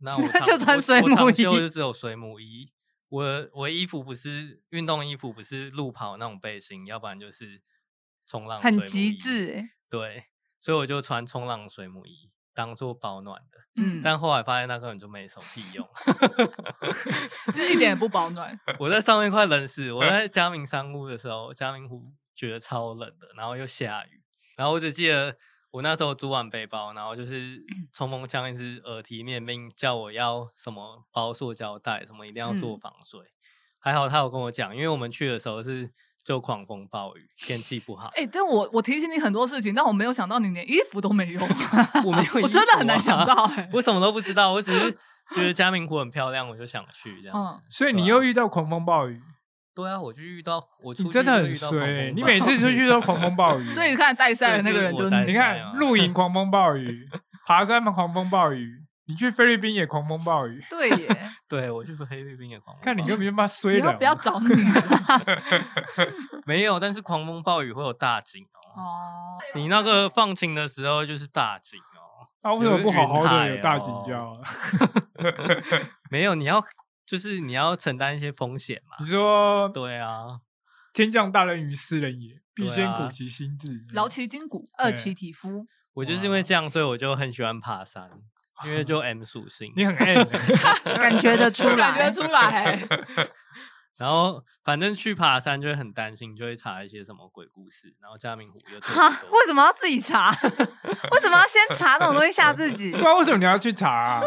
S4: 那 我
S3: 那就
S4: 长
S3: 穿
S4: 我
S3: 水
S4: 我长
S3: 母
S4: 袖
S3: 衣
S4: 就只有水母衣。我我衣服不是运动衣服，不是路跑那种背心，要不然就是冲浪水
S3: 很
S4: 母
S3: 极
S4: 衣。
S3: 致欸，
S4: 对，所以我就穿冲浪水母衣当做保暖的。
S3: 嗯
S4: 但后来发现那根本就没什么屁用，
S1: 就是一点也不保暖。，
S4: 我在上面快冷死。
S2: 嗯
S4: 我在嘉明山屋的时候，嘉明湖觉得超冷的，然后又下雨，然后我只记得我那时候租完背包，然后就是
S2: 嗯
S4: 冲锋枪一直耳提面命叫我要什么包塑胶袋，什么一定要做
S3: 嗯
S4: 防水。还好他有跟我讲，因为我们去的时候是就狂风暴雨，天气不好
S1: 哎，但我我提醒你很多事情，但我没有想到你连衣服都没有，啊
S4: 我没有、啊
S1: 我真的很难想 到，哎，
S4: 我什么都不知 道，我只是觉得嘉明湖很漂亮，我就想去这样子。
S1: 嗯
S2: 所以
S4: 对
S2: 你
S4: 啊
S2: 又遇到狂风暴雨，
S4: 对啊，我就遇到我出
S2: 你
S4: 去
S2: 真的
S4: 就
S2: 很
S4: 遇到狂
S2: 衰，
S4: 风
S2: 你
S4: 暴
S2: 每次
S4: 雨
S2: 出去都狂风暴 雨。
S1: 所以你看带赛的那个人
S4: 所
S1: 就
S4: 以
S1: 是
S4: 我
S1: 是
S4: 带赛
S2: 你
S4: 啊
S2: 看露营狂风暴 雨，爬山狂风暴雨，你去菲律宾也狂风暴雨，
S3: 对耶，
S4: 对我去菲律宾也狂风暴
S2: 看
S4: 雨，
S2: 你根本就妈衰
S1: 你
S2: 了
S1: 要。不要找你
S4: 没有，但是狂风暴雨会有大景 哦。
S1: 哦？
S4: 你那个放晴的时候就是大景哦，
S2: 啊，为什么不好好的
S4: 有个
S2: 有
S4: 云
S2: 大
S4: 海
S2: 警
S4: 哦
S2: 觉啊？
S4: 没有你要就是你要承担一些风险嘛。
S2: 你说
S4: 对啊，
S2: 天降大任于斯人也，必
S4: 对
S2: 先
S4: 啊
S2: 苦其心志。
S1: 劳其筋骨，
S3: 二
S2: 对
S3: 期体肤，
S4: 我就是因为
S2: 哇
S4: 这样，所以我就很喜欢爬山，因 为就 M 属性。
S2: 你很爱、欸，
S3: 感觉得 出
S1: 感觉
S3: 来
S1: 得。出来。
S4: 然后反正去爬山就会很担心，就会查一些什么鬼故事，然后嘉明湖就特别
S3: 哈，
S4: 多
S3: 为什么要自己查？ 为什么要先查这种东西吓自己
S2: 不？然为什么你要去查、啊？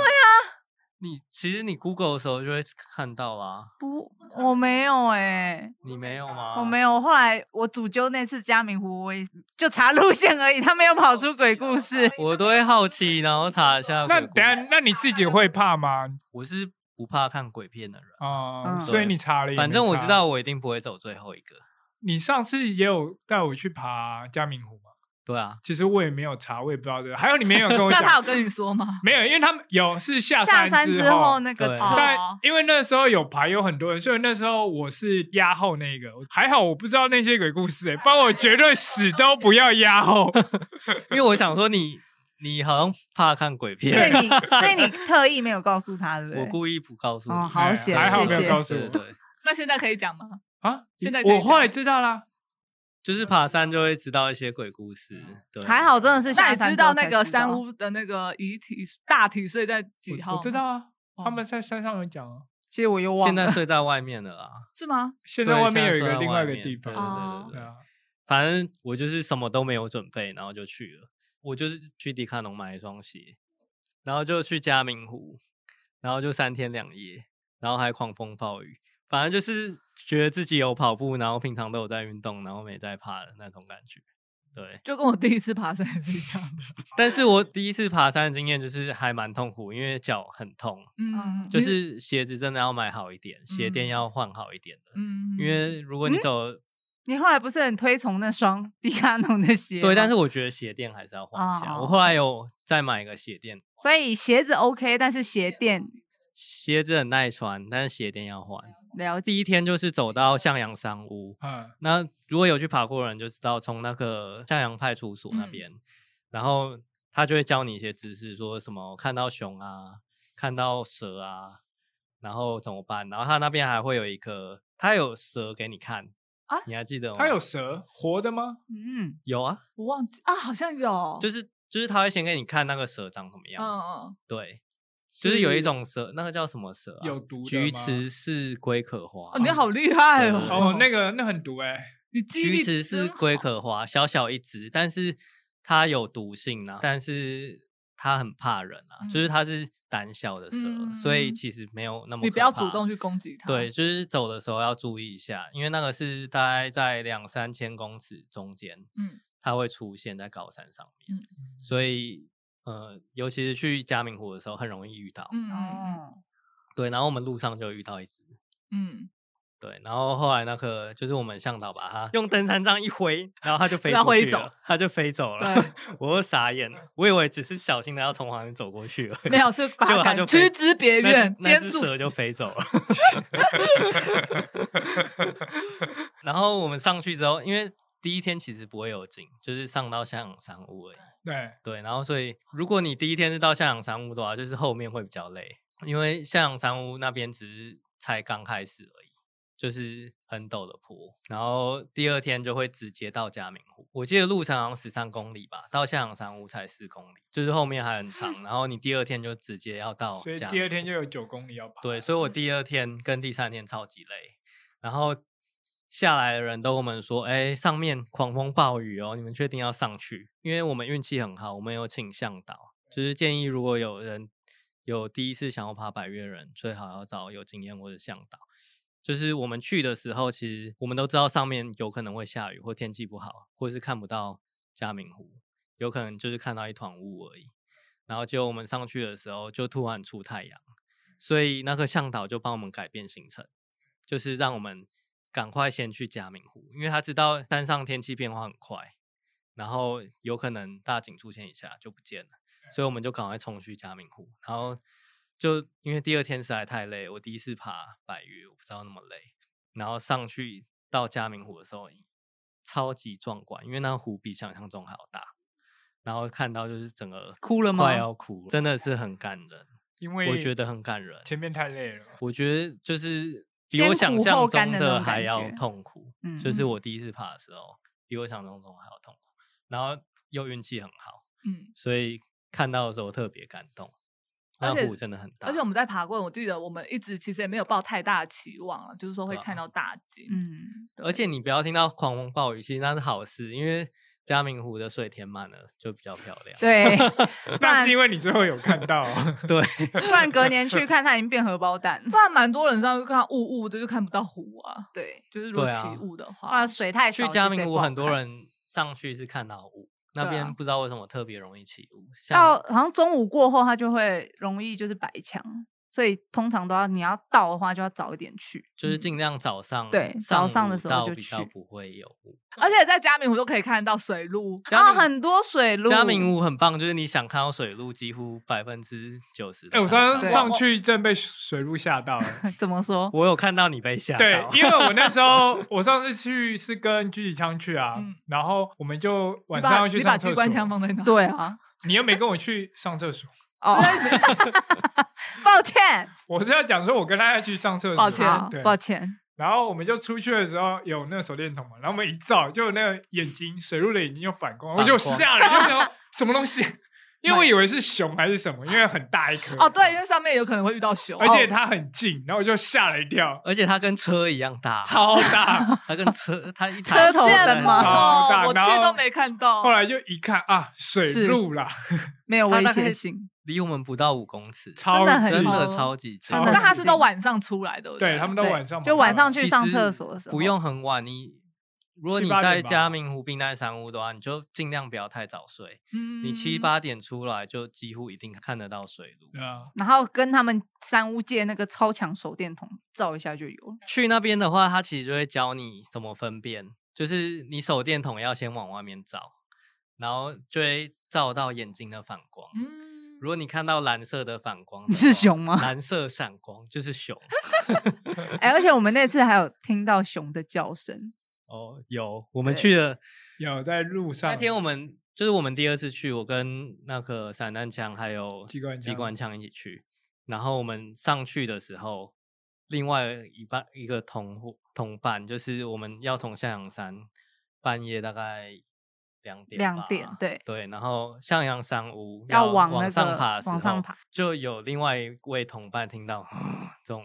S4: 你其实你 Google 的时候就会看到啦，
S3: 不，我没有哎、
S4: 你没有吗？
S3: 我没有。后来我主揪那次嘉明湖，我也就查路线而已，他没有跑出鬼故
S1: 哦
S3: 事。
S4: 我都会好奇，然后查一下
S2: 那
S4: 鬼故
S2: 等下
S4: 事，
S2: 那你自己会怕吗？
S4: 我是不怕看鬼片的人，
S2: 啊、
S3: 嗯
S2: 所以你查了也没差，啊
S4: 反正我知道我一定不会走最后一个。
S2: 你上次也有带我去爬嘉明湖嘛。
S4: 对啊，
S2: 其实我也没有查，我也不知道这个。还有你没有跟 我
S1: 那他有
S2: 讲，
S1: 跟你说吗？
S2: 没有，因为他们有是下
S3: 下山
S2: 之
S3: 之后那个
S4: 对
S3: 车
S1: 哦
S2: 但因为那时候有排有很多人，所以那时候我是压后那个，还好我不知道那些鬼故事、欸，不然我绝对死都不要压 后。
S4: 因为我想说你，你好像怕看鬼
S3: 所以
S4: 片，
S3: 你，所以你特意没有告诉他，对不
S4: 我
S3: 对？
S4: 故意不告诉你。
S3: 哦，好险，
S2: 还好
S3: 谢
S2: 没有
S3: 谢。
S2: 告诉
S4: 对对
S2: 我
S4: 对，
S1: 那现在可以讲吗？
S2: 啊！
S1: 现在可以
S2: 我后来知道啦，
S4: 就是爬山就会知道一些鬼故事。对，
S3: 还好真的是
S1: 那
S3: 下
S1: 你
S3: 山
S1: 知
S3: 之后
S1: 道
S3: 才
S1: 那个山屋的那个遗体大体睡在几号
S2: 我
S1: 吗？
S2: 我知道啊，
S1: 哦
S2: 他们在山上有讲啊。
S3: 其实我又忘
S4: 现在
S3: 了。
S4: 睡在外面了啊啦。
S1: 是吗？
S2: 现
S4: 对
S2: 在外面有一
S4: 睡
S2: 个
S4: 在
S2: 另外一
S4: 外
S2: 个
S4: 面
S2: 地
S4: 对
S2: 方，
S1: 哦
S4: 对对对
S2: 对
S4: 对
S2: 啊，
S4: 反正我就是什么都没有准备，然后就去了。我就是去迪卡侬买一双鞋，然后就去嘉明湖，然后就三天两夜，然后还狂风暴雨。反正就是觉得自己有跑步，然后平常都有在运动，然后没在怕的那种感觉。对，
S1: 就跟我第一次爬山也是一样的。
S4: 但是我第一次爬山的经验就是还蛮痛苦，因为脚很痛，
S1: 嗯，
S4: 就
S1: 你
S4: 是鞋子真的要买好一点，鞋
S1: 嗯
S4: 垫要换好一点的。
S1: 嗯，
S4: 因为如果你
S3: 嗯
S4: 走、
S3: 你后来不是很推崇那双 迪卡侬的鞋吗？
S4: 对，但是我觉得鞋垫还是要换一下。
S3: 哦哦
S4: 我后来有再买一个鞋垫，
S3: 所以鞋子 OK，但是鞋垫
S4: 鞋子很耐穿，但是鞋垫要换。
S3: 了解。
S4: 第一天就是走到向阳山屋，
S2: 嗯，
S4: 那如果有去爬过的人就知道，从那个向阳派出所那
S1: 嗯
S4: 边，然后他就会教你一些知识，说什么看到熊啊，看到蛇啊，然后怎么办？然后他那边还会有一个，他有蛇给你看
S1: 啊
S4: 你还记得吗？
S2: 它有蛇活的吗？
S3: 嗯，
S4: 有啊，
S1: 我忘记啊，好像有，
S4: 就是是就是他会先给你看那个蛇长什么样子，
S1: 嗯
S4: 对，就是有一
S2: 是
S4: 种蛇，那个叫什么蛇、啊？
S2: 有毒的吗
S4: 菊池氏龟壳花。
S1: 哦，你好厉害
S4: 对
S1: 哦！
S2: 哦，那个那很毒哎，
S1: 你记忆
S4: 菊
S1: 力
S4: 池氏
S1: 真好
S4: 龟壳花，小小一只，但是它有毒性啊，但是它很怕人啊，就是它是胆小的蛇，所以
S1: 嗯
S4: 其实没有那么
S1: 你不
S4: 可
S1: 要主
S4: 怕
S1: 动去攻击它。
S4: 对，，就是走的时候要注意一下，因为那个是大概在两三千公尺中间，
S1: 嗯，
S4: 它会出现在高山上面，所以呃，尤其是去嘉明湖的时候，很容易遇到。
S1: 嗯嗯
S3: 哦，
S4: 对，然后我们路上就遇到一只，
S1: 嗯，
S4: 对，然后后来那个就是我们向导把它用登山杖一挥，然 后它就飞
S1: 它
S4: 出
S1: 挥
S4: 去
S1: 走
S4: 了，它就飞走了
S1: 对，
S4: 我又傻眼了，我以为只是小心的要从旁边走过去而已，
S1: 没有是把
S4: 结
S1: 它
S4: 果它
S1: 赶
S4: 就
S1: 驱
S4: 飞
S1: 之别
S4: 那
S1: 院
S4: 只，那
S1: 颠
S4: 只
S1: 速
S4: 蛇
S1: 死
S4: 就飞 走了。然后我们上去之后，因为第一天其实不会有景，就是上到向阳山屋而已。
S2: 对，
S4: 对，然后所以如果你第一天是到向阳山屋的话，就是后面会比较累，因为向阳山屋那边只是才刚开始而已，就是很陡的坡。然后第二天就会直接到嘉明湖，我记得路程好像十三公里吧，到向阳山屋才四公里，就是后面还 很长。然后你第二天就直接要到，
S2: 所以第二天就有九公里要爬。
S4: 哦对，所以我第二天跟第三天超级累，然后下来的人都跟我们说，哎，上面狂风暴雨哦，你们确定要上去？因为我们运气很好，我们有请向导，就是建议如果有人有第一次想要爬百越的人，最好要找有经验或者向导。就是我们去的时候，其实我们都知道上面有可能会下雨，或天气不好，或是看不到嘉明湖，有可能就是看到一团雾而已。然后结果我们上去的时候，就突然出太阳，所以那个向导就帮我们改变行程，就是让我们赶快先去嘉明湖，因为他知道山上天气变化很快，然后有可能大景出现一下就不见了，所以我们就赶快冲去嘉明湖，然后就因为第二天实在太累，我第一次爬百越，我不知道那么累，然后上去到嘉明湖的时候，超级壮观，因为那湖比想象中还要大，然后看到就是整个
S3: 哭了
S4: 快
S3: 吗
S4: 要哭了，真的是很感人。
S2: 因为
S4: 我觉得很感人
S2: 前面太累了。
S4: 我觉得就是比
S3: 先
S4: 我想
S3: 苦
S4: 象
S3: 后甘的
S4: 中
S3: 那
S4: 的
S3: 种
S4: 还
S3: 感
S4: 要
S3: 觉
S4: 痛苦，
S3: 嗯
S4: 就是我第一次爬的时候，比我想象中还要痛苦。然后又运气很好，
S1: 嗯，
S4: 所以看到的时候特别感动。
S1: 而
S4: 那
S1: 且
S4: 湖真的很大，
S1: 而且我们在爬过，我记得我们一直其实也没有抱太大的期望了，就是说会
S4: 对啊
S1: 看到大景。
S3: 嗯，
S1: 对
S4: 而且你不要听到狂风暴雨，其实那是好事，因为嘉明湖的水填满了就比较漂亮。
S3: 对，
S2: 那是因为你最后有看到，
S4: 对，
S3: 不然隔年去看它已经变荷包蛋。
S1: 不然蛮多人上去看雾雾的，就看不到湖啊。
S3: 对，
S1: 就是如果
S4: 对
S1: 起
S4: 啊
S1: 雾的话，
S3: 啊，水太少，
S4: 去嘉
S3: 其实
S4: 明
S3: 也
S4: 湖
S3: 不好
S4: 很多
S3: 看
S4: 人上去是看到雾，那
S1: 对啊
S4: 边不知道为什么特别容易起雾。像
S3: 到好像中午过后，它就会容易就是白墙，所以通常都要你要到的话，就要早一点去。
S4: 就是
S3: 嗯
S4: 尽量早上、
S3: 对早上的
S4: 午
S3: 时候
S4: 到
S3: 就
S4: 比较
S3: 去
S4: 不会有雾。
S1: 而且在嘉明湖都可以看到水路。
S4: 嘉
S3: 啊，
S4: 明
S3: 很多水路，
S4: 嘉明湖很棒，就是你想看到水路，几乎百分之九十。
S2: 哎、我上
S3: 对
S2: 上去真被水路吓到了。
S3: 怎么说？
S4: 我有看到你被吓到，
S2: 对，因为我那时候我上次去是跟狙击枪去啊，
S1: 嗯
S2: 然后我们就晚
S1: 你把
S2: 上要去
S1: 你把
S2: 上厕
S1: 机
S2: 所，
S1: 关枪放在哪？
S3: 对 啊，
S2: 你又没跟我去上厕所，
S3: 哦， 抱歉，
S2: 我是要讲说我跟他要去上厕所，啊
S1: 抱歉
S3: 好
S2: 对，
S3: 抱歉，
S2: 然后我们就出去的时候有那个手电筒嘛，然后我们一照，就有那个眼睛水路的眼睛就反光，我就
S4: 反光
S2: 吓了，就想说什么东 西，因为我以为是熊还是什么，因为很大一颗。
S1: 哦，对，因为上面有可能会遇到熊，
S2: 而且
S1: 哦
S2: 它很近，然后我就吓了一跳，
S4: 而且它跟车一样大，
S2: 超 大。
S4: 它跟车它一
S3: 车头
S1: 羡
S3: 灯
S1: 慕
S3: 吗
S2: 超大
S1: 哦我
S2: 然
S1: 去
S2: 后
S1: 都没看到
S2: 后。来就一看啊，水
S3: 哦是
S2: 路 啦，
S3: 没有
S4: 它
S3: 危
S4: 大概
S3: 险性，
S4: 离我们不到五公尺，
S2: 超
S3: 的很
S2: 近
S4: 真
S3: 近
S4: 的
S3: 哦
S4: 超级近
S2: 真。的
S1: 那他
S3: 很
S1: 是
S3: 近
S1: 都晚上出来的，
S2: 对他们都
S3: 对
S2: 晚上
S3: 就
S2: 爬
S3: 晚
S2: 到
S3: 上去
S4: 其
S3: 上
S4: 实
S3: 厕所的时候，
S4: 不用很晚，你如果
S2: 七
S4: 你
S2: 八
S4: 在
S2: 点吧
S4: 嘉明湖避难山屋的话，你就尽量不要太早睡，你
S1: 你
S3: 嗯
S4: 七八点出来就几乎一定看得到水路。
S2: 对啊，
S3: 然后跟他们山屋借那个超强手电筒照一下就有了。
S4: 去那边的话，他其实就会教你怎么分辨，就是你手电筒要先往外面照，然后就会照到眼睛的反光。
S1: 嗯，
S4: 如果你看到蓝色的反光的话，
S3: 你是熊吗
S4: 蓝色闪光就是熊。
S3: 哎，而且我们那次还有听到熊的叫 声，
S4: 哦，有，我们
S3: 对
S4: 去了
S2: 有在路上。
S4: 那天我们就是我们第二次去，我跟那个散弹枪还有
S2: 机关
S4: 机
S2: 枪
S4: 关枪一起去，然后我们上去的时候，另外一半一个同伙同伴，就是我们要从向阳山半夜大概两点
S3: 两
S4: 吧
S3: 点对
S4: 对，然后向阳山屋
S3: 要往
S4: 往
S3: 那
S4: 上
S3: 个
S4: 爬的时
S3: 往上
S4: 候
S3: 爬，
S4: 就有另外一位同伴听到这种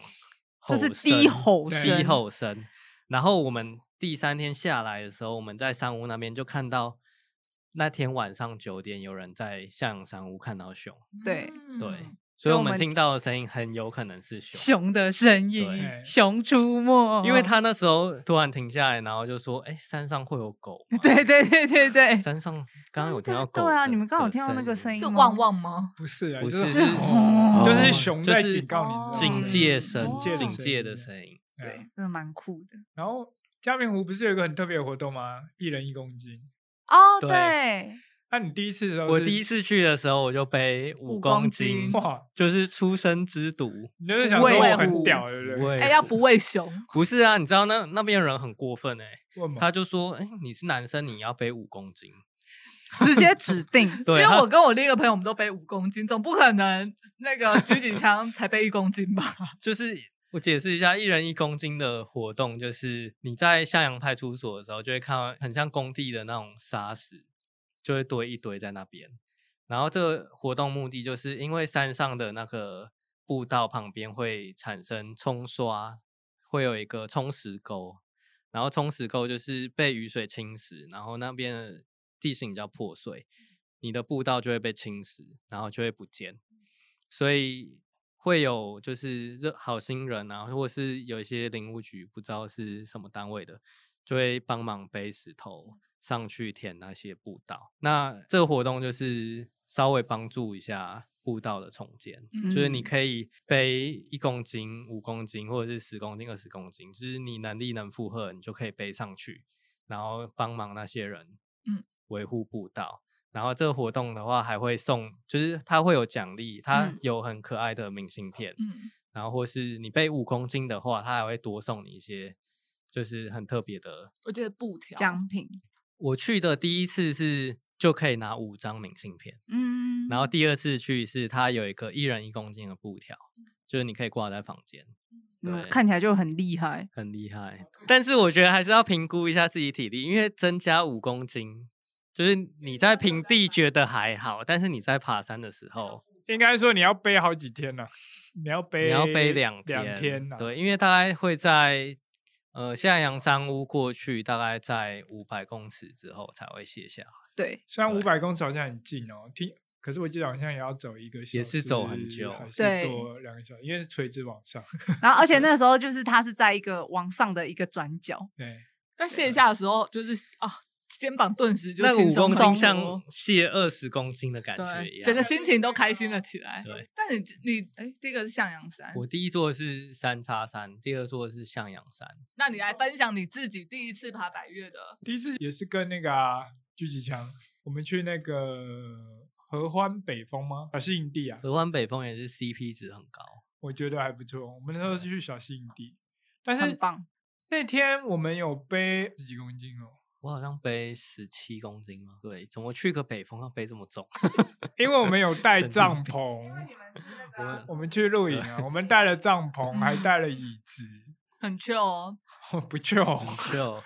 S3: 就是
S4: 吼
S3: 低
S4: 声
S3: 吼
S2: 对
S4: 低
S3: 声
S4: 吼声。然后我们第三天下来的时候，我们在山屋那边就看到那天晚上九点有人在向阳山屋看到熊，
S3: 对
S4: 对，
S1: 嗯
S4: 所
S3: 以
S4: 以
S3: 我
S4: 我们
S3: 们
S4: 听到的声音很有可能是熊，
S3: 的声
S4: 对
S3: 熊哦出没
S4: 因为他那时候突然停下来，然后就说：“哎，山上会有狗吗？”
S3: 对对对 对对，
S4: 山上刚刚有
S3: 真
S4: 听到
S3: 的
S4: 狗的，
S3: 对啊你们刚好
S4: 的
S3: 听到那个声音
S1: 是
S3: 吗
S1: 旺旺吗？
S2: 不是啊，
S4: 不
S2: 就是是
S4: 是
S3: 哦
S2: 就是熊
S4: 就
S2: 在
S4: 是
S2: 警告你，
S4: 警
S1: 警
S4: 戒
S1: 戒
S4: 声
S1: 声、警
S4: 警戒
S3: 哦
S4: 的
S2: 音。
S4: 声音。
S2: 对啊
S3: 对，真的蛮酷的
S2: 然后嘉明湖不是有一个很特别的活动吗？一人一公斤。
S3: 哦，
S4: 对
S3: 对，
S2: 那你第一次的时候是，
S4: 我第一次去的时候，我就背
S1: 五
S4: 五
S1: 公
S4: 公
S1: 斤
S4: 斤，
S2: 哇，
S4: 就是出生之毒。
S2: 你就是想说
S1: 喂
S2: 我很
S1: 虎
S2: 屌，对不对？
S4: 喂
S1: 哎，要不喂熊，
S4: 不是啊，你知道那那边人很过分哎、
S2: 问嘛
S4: 他就说：“哎、你是男生，你要背五公斤。
S3: 直接指定
S1: 因
S4: 对，啊
S1: 为
S4: 他
S1: 我跟我另一个朋友，我们都背五公斤，总不可能那个狙击枪才背一公斤吧？
S4: 就是我解释一下，一人一公斤的活动，就是你在向阳派出所的时候，就会看到很像工地的那种沙石，就会堆一堆在那边。然后这个活动目的就是因为山上的那个步道旁边会产生冲刷，会有一个冲石沟，然后冲石沟就是被雨水侵蚀，然后那边的地形比较破碎，你的步道就会被侵蚀，然后就会不见。所以会有就是热好心人啊，或是有一些林务局不知道是什么单位的，就会帮忙背石头上去填那些步道。那这个活动就是稍微帮助一下步道的重建，
S1: 嗯
S4: 就是你可以背一公斤、五公斤或者是十公斤、二十公斤，就是你能力能负荷，你就可以背上去，然后帮忙那些人，
S1: 嗯，
S4: 维护步道。然后这个活动的话，还会送，就是它会有奖励，它
S3: 嗯
S4: 有很可爱的明信片，
S1: 嗯，
S4: 然后或是你背五公斤的话，它还会多送你一些，就是很特别的
S1: 我觉得布条
S3: 奖品，
S4: 我去的第一次是就可以拿五张明信片，
S3: 嗯，
S4: 然后第二次去是它有一个一人一公斤的布条，就是你可以挂在房间，
S3: 嗯
S4: 对
S3: 看起来就很厉害，
S4: 很厉害。
S3: 哦
S4: 但是我觉得还是要评估一下自己体力，因为增加五公斤，就是你
S3: 啊
S4: 在平地觉得还好，但是你在爬山的时候，
S2: 应该说你要背好几天呢、你要背
S4: 你要背两
S2: 天，两呐、
S4: 对，因为大概会在。呃，下阳山屋过去大概在五百公尺之后才会卸下，
S3: 对
S2: 虽然五
S4: 对
S2: 百公尺好像很近哦，听，可是我记得好像也要走一个小时，
S4: 也是走很久
S2: 还是
S3: 对
S2: 多两个小时，因为是垂直往上。
S3: 然后而且那时候就是它是在一个往上的一个转角，
S2: 对，
S1: 但卸下的时候就是啊，肩膀顿时就
S4: 那
S1: 轻
S4: 五
S1: 松
S4: 公
S1: 松
S4: 斤像
S1: 了
S4: 卸二十公斤的感觉一
S1: 对，
S4: 样。啊
S1: 整个心情都开心了起来。
S4: 对，
S1: 但你你哎，第一个是向阳山，
S4: 我第一座是三叉山，第二座是向阳山。
S1: 那你来分享你自己第一次爬百越的，
S2: 第一次也是跟那个啊狙击枪，我们去那个合欢北峰吗？小溪营地啊，
S4: 合欢北峰也是 CP 值很高，
S2: 我觉得还不错。我们那时候是去小溪营地，但
S3: 很
S2: 是
S3: 棒。
S2: 那天我们有背十几公斤哦，
S4: 我好像背十七公斤嘛。对，怎么去个北峰要背这么重？
S2: 因为我们 有带
S4: 神经
S2: 帐
S4: 病
S2: 篷，
S1: 们是那
S4: 个啊
S2: 我们去露营啊，我们带了帐篷，还带了椅 子，
S1: 很 chill 哦，
S2: 我不 就
S4: 很旧，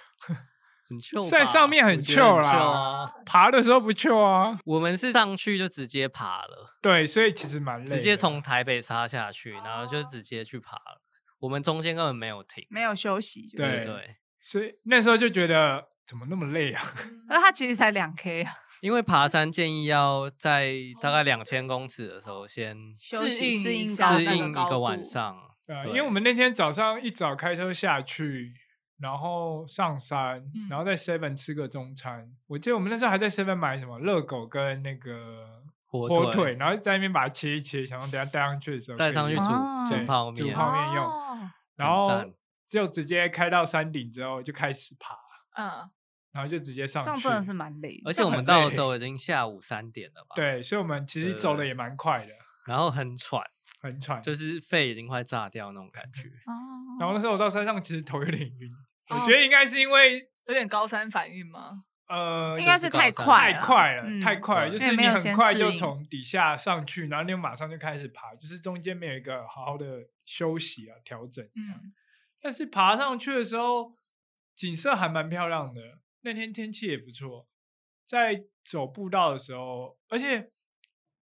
S4: 很 旧，
S2: 在上面很
S4: 我觉得
S2: chill
S4: 很
S2: 啦
S4: chill 啊。
S2: 爬的时候不就啊？
S4: 我们是上去就直接爬了，
S2: 对，所以其实蛮累的，哦
S4: 直接从台北杀下去，然后就直接去爬了。我们中间根本没有停，
S3: 没有休息，就
S2: 对
S3: 是
S4: 对对。
S2: 所以那时候就觉得怎么那么累啊？
S1: 嗯
S3: 那它其实才两 K 啊，
S4: 因为爬山建议要在大概两千公尺的时候先
S1: 适应
S3: 适
S1: 一
S3: 应
S1: 下
S3: 到
S4: 适
S1: 那个
S4: 应一
S1: 高
S4: 个晚
S1: 度
S4: 上。
S2: 对啊，
S4: 对
S2: 因为我们那天早上一早开车下去，然后上山，
S1: 嗯
S2: 然后在 Seven 吃个中餐。我记得我们那时候还在 Seven 买什么热狗跟那个
S4: 火
S2: 火
S4: 腿
S2: 然后在那边把它切一切，想要等下带上去的时候可
S4: 带
S2: 以
S4: 上去
S2: 用
S4: 煮
S3: 哦
S4: 煮
S2: 对
S4: 泡
S2: 煮
S4: 面，
S2: 泡面用
S3: 哦
S2: 然
S4: 很
S2: 后
S4: 赞
S2: 就直接开到山顶之后就开始爬，
S1: 嗯，
S2: 然后就直接上
S3: 这样
S2: 去。
S3: 真的是蛮累的。
S4: 而且我
S2: 很
S4: 们到
S2: 累
S4: 的时候已经下午三点了吧？，
S2: 对，所以我们其实
S4: 对
S2: 走的也蛮快的，
S4: 然后很喘，
S2: 很喘。
S4: 就是肺已经快炸掉那种感觉。
S2: 然后
S3: 哦，
S2: 那时候我到山上其实头有点晕，我
S1: 哦
S2: 觉得应该是因为
S1: 有点高山反应吗？
S2: 呃
S3: 应该是太快
S2: 太
S3: 了，
S2: 快了，
S3: 嗯
S2: 太快了，就
S4: 对
S2: 是
S3: 也没
S2: 你
S3: 有
S2: 很
S3: 先
S2: 快
S3: 适
S2: 就
S3: 应
S2: 从底下上去，然后你马上就开始爬，就是中间没有一个好好的休息啊、调整。
S1: 嗯，
S2: 但是爬上去的时候，景色还蛮漂亮的，那天天气也不错。在走步道的时候，而且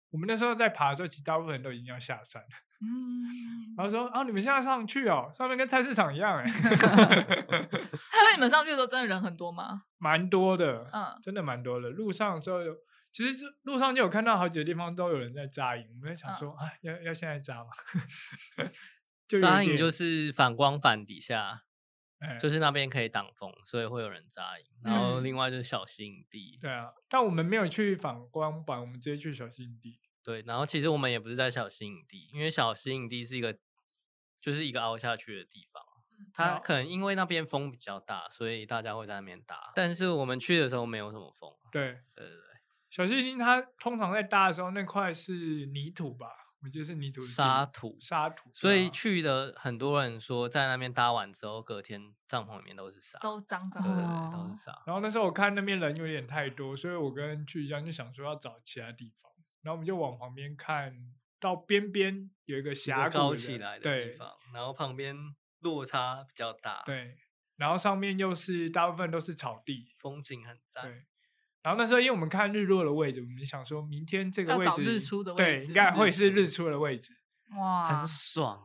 S2: 我们那时候在爬的时候，其实大部分人都已经要下山了，
S1: 嗯，
S2: 然后说：“啊，你们现在上去哦，上面跟菜市场一样 哎、
S1: 所以你们上去的时候真的人很多吗？
S2: 蛮多 的，
S1: 嗯
S2: 真的蛮多的。路上的时候有，其实就路上就有看到好几个地方都有人在扎营，我们在
S4: 嗯
S2: 想说，哎、要要现在扎吗？ 就有
S4: 扎
S2: 点
S4: 营就是反光板底下，
S2: 哎
S4: 就是那边可以挡风，所以会有人扎营。然后
S2: 嗯
S4: 另外就是小溪营地，
S2: 对啊，但我们没有去反光板，我们直接去小心地。
S4: 对，然后其实我们也不是在小溪营地，因为小溪营地是一个就是一个凹下去的地方，它
S2: 哦
S4: 可能因为那边风比较大，所以大家会在那边打。
S2: 嗯
S4: 但是我们去的时候没有什么风，啊
S2: 对，
S4: 对对对，
S2: 小溪地它通常在搭的时候，那块是泥土吧，我觉得是泥土的地
S4: 沙土
S2: 沙土，
S4: 所
S2: 对
S4: 以
S2: 啊
S4: 去的很多人说在那边搭完之后，隔天帐篷里面都是沙，
S1: 都脏脏
S4: 对对
S1: 的，
S4: 对，都
S3: 哦
S4: 是沙。
S2: 然后那时候我看那边人有点太多，所以我跟去江就想说要找其他地方，然后我们就往旁边看，到边边有一个
S4: 一
S2: 峡
S4: 个
S2: 谷
S4: 高
S2: 的
S4: 起来的地
S2: 对
S4: 方，然后旁边落差比较
S1: 啊
S4: 大，，
S2: 对，然后上面又是大部分都是草地，
S4: 风景很赞。
S2: 对。然后那时候因为我们看日落的位置，我们想说明天这个
S1: 要
S2: 位
S1: 找
S2: 置
S1: 日出的位
S2: 对，
S1: 置
S2: 应该
S1: 日
S2: 会是
S4: 出
S2: 日出的位置。
S3: 哇
S4: 很，爽，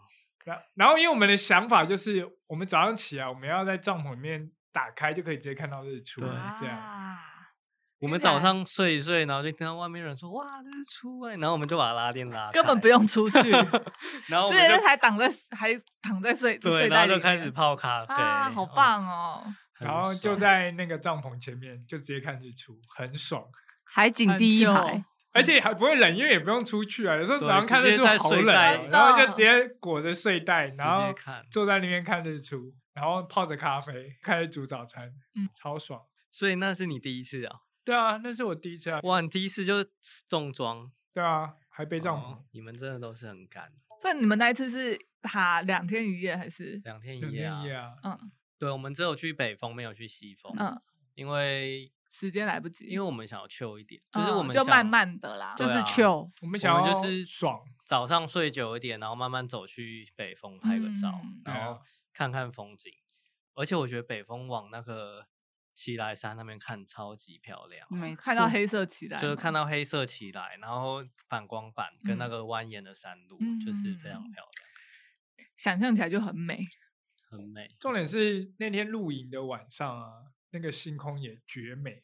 S2: 然然后因为我们的想法就是，我们早上起来我们要在帐篷里面打开就可以直接看到日出，
S4: 对
S2: 这样。
S3: 啊
S4: 我
S3: 听
S4: 们
S3: 起来
S4: 早上睡一睡，然后就听到外面有人说哇日出哎，然后我们就把拉链拉开，
S1: 根本 不，用出去。之
S4: 然后我们
S1: 前
S4: 就
S1: 还躺在还躺在睡
S4: 对，
S1: 睡
S4: 然
S1: 袋
S4: 后
S1: 里
S4: 就开始
S1: 面
S4: 泡咖啡，
S1: 啊，好
S4: 哦，
S1: 棒哦！
S4: 很
S2: 然后就
S4: 爽
S2: 在那个帐篷前面就直接看日出，很爽。
S3: 海景
S1: 很
S3: 第一
S1: chill
S3: 排，
S2: 而且还不会冷，因为也不用出去啊。有时候早
S4: 对
S2: 上看日
S4: 直接
S2: 出
S4: 在
S2: 好
S4: 睡
S2: 冷
S4: 袋
S2: 哦，
S1: 里
S2: 然后就
S1: 真的
S2: 直接裹着睡袋，然
S4: 直接
S2: 后
S4: 看。
S2: 坐在那边看日出，然后泡着咖啡开始煮早餐，
S1: 嗯，
S2: 超爽。
S4: 所以那是你第一次啊？
S2: 对啊，那是我第一次啊，
S4: 哇，你第一次就重装，
S2: 对啊，还背帐篷
S4: 哦，你们真的都是很赶，
S1: 所以你们那一次是爬两天一夜还是？
S4: 两天
S2: 两
S4: 一夜
S2: 天
S4: 啊。
S2: 一夜啊，
S1: 嗯
S4: 对，我们只有去北峰，没有去西峰，
S1: 嗯，
S4: 因为
S1: 时间来不及，
S4: 因为我们想要 chill 一点，就是
S1: 嗯
S4: 我们
S1: 就慢
S4: 想
S1: 慢的啦，
S3: 就
S4: 对
S3: 是
S4: 啊
S3: chill，
S2: 我们
S4: 我
S2: 想
S4: 们
S2: 要
S4: 就是
S2: 爽，
S4: 早上睡久一点，然后慢慢走去北峰拍个照，
S1: 嗯
S2: 对啊
S4: 然后看看风景。而且我觉得北峰往那个奇莱山那边看超级漂亮，
S3: 没
S1: 看到
S3: 错
S1: 黑色起来，
S4: 就是看，到黑色起来，然后反光板跟那
S1: 嗯
S4: 个蜿蜒的山路，就是非常
S1: 嗯
S4: 漂亮，
S1: 想象起来就很美。
S4: 很美，
S2: 重点是那天露营的晚上啊，那个星空也绝美，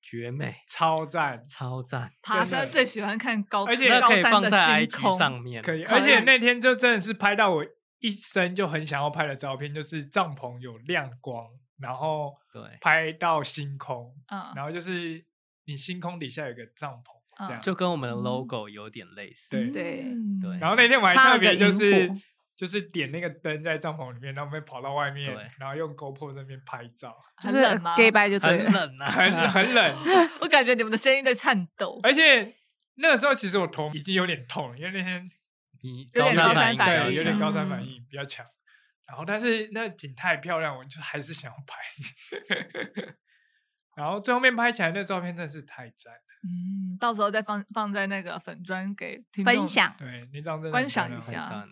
S4: 绝美，
S2: 超赞，
S4: 超赞。
S1: 爬
S2: 真的
S1: 山最喜欢看高，
S2: 而且
S4: 那
S1: 高
S4: 可以
S1: 山
S4: 放
S1: 的
S4: 在
S1: 星
S4: IG
S1: 空
S4: 上面，
S2: 可以。
S1: 可
S2: 而且
S1: 以
S2: 那天就真的是拍到我一生就很想要拍的照片，就是帐篷有亮光，然后
S4: 对
S2: 拍到星空，
S1: 嗯，
S2: 然后就是你星空底下有个帐篷这
S1: 嗯
S2: 样，
S4: 就跟我们的
S1: 嗯
S4: logo 有点类似。
S2: 对
S3: 对
S1: 嗯
S4: 对
S2: 然后那天我还
S3: 插
S2: 特
S3: 了个
S2: 别就
S3: 萤
S2: 是
S3: 火
S2: 就是点那个灯在帐篷里面，然后我们跑到外面
S4: 对，
S2: 然后用 GoPro 在那边拍照，
S3: 就
S1: 很
S3: 是
S1: 冷吗
S3: gay 拜就对
S4: 很
S3: 了。
S4: 冷啊，
S2: 很很冷。
S1: 我感觉你们的声音在颤抖，
S4: 哎
S2: 而且那个时候其实我头已经有点痛了，因为那天
S4: 你
S1: 有点高
S4: 反
S1: 山
S4: 应
S1: 反
S4: 比较
S2: 对有点
S4: 强
S2: 高山反
S1: 嗯
S2: 应比较强。然后但是那景太漂亮，我就还是想要拍。 然后最后面拍起来那照片真的是太赞了，
S1: 嗯，到时候再放放在那个粉砖给听众
S3: 分享
S2: 对，那张真的
S1: 观
S2: 很漂
S1: 赏一
S2: 亮
S1: 下
S4: 很
S1: 啊
S4: 赞啊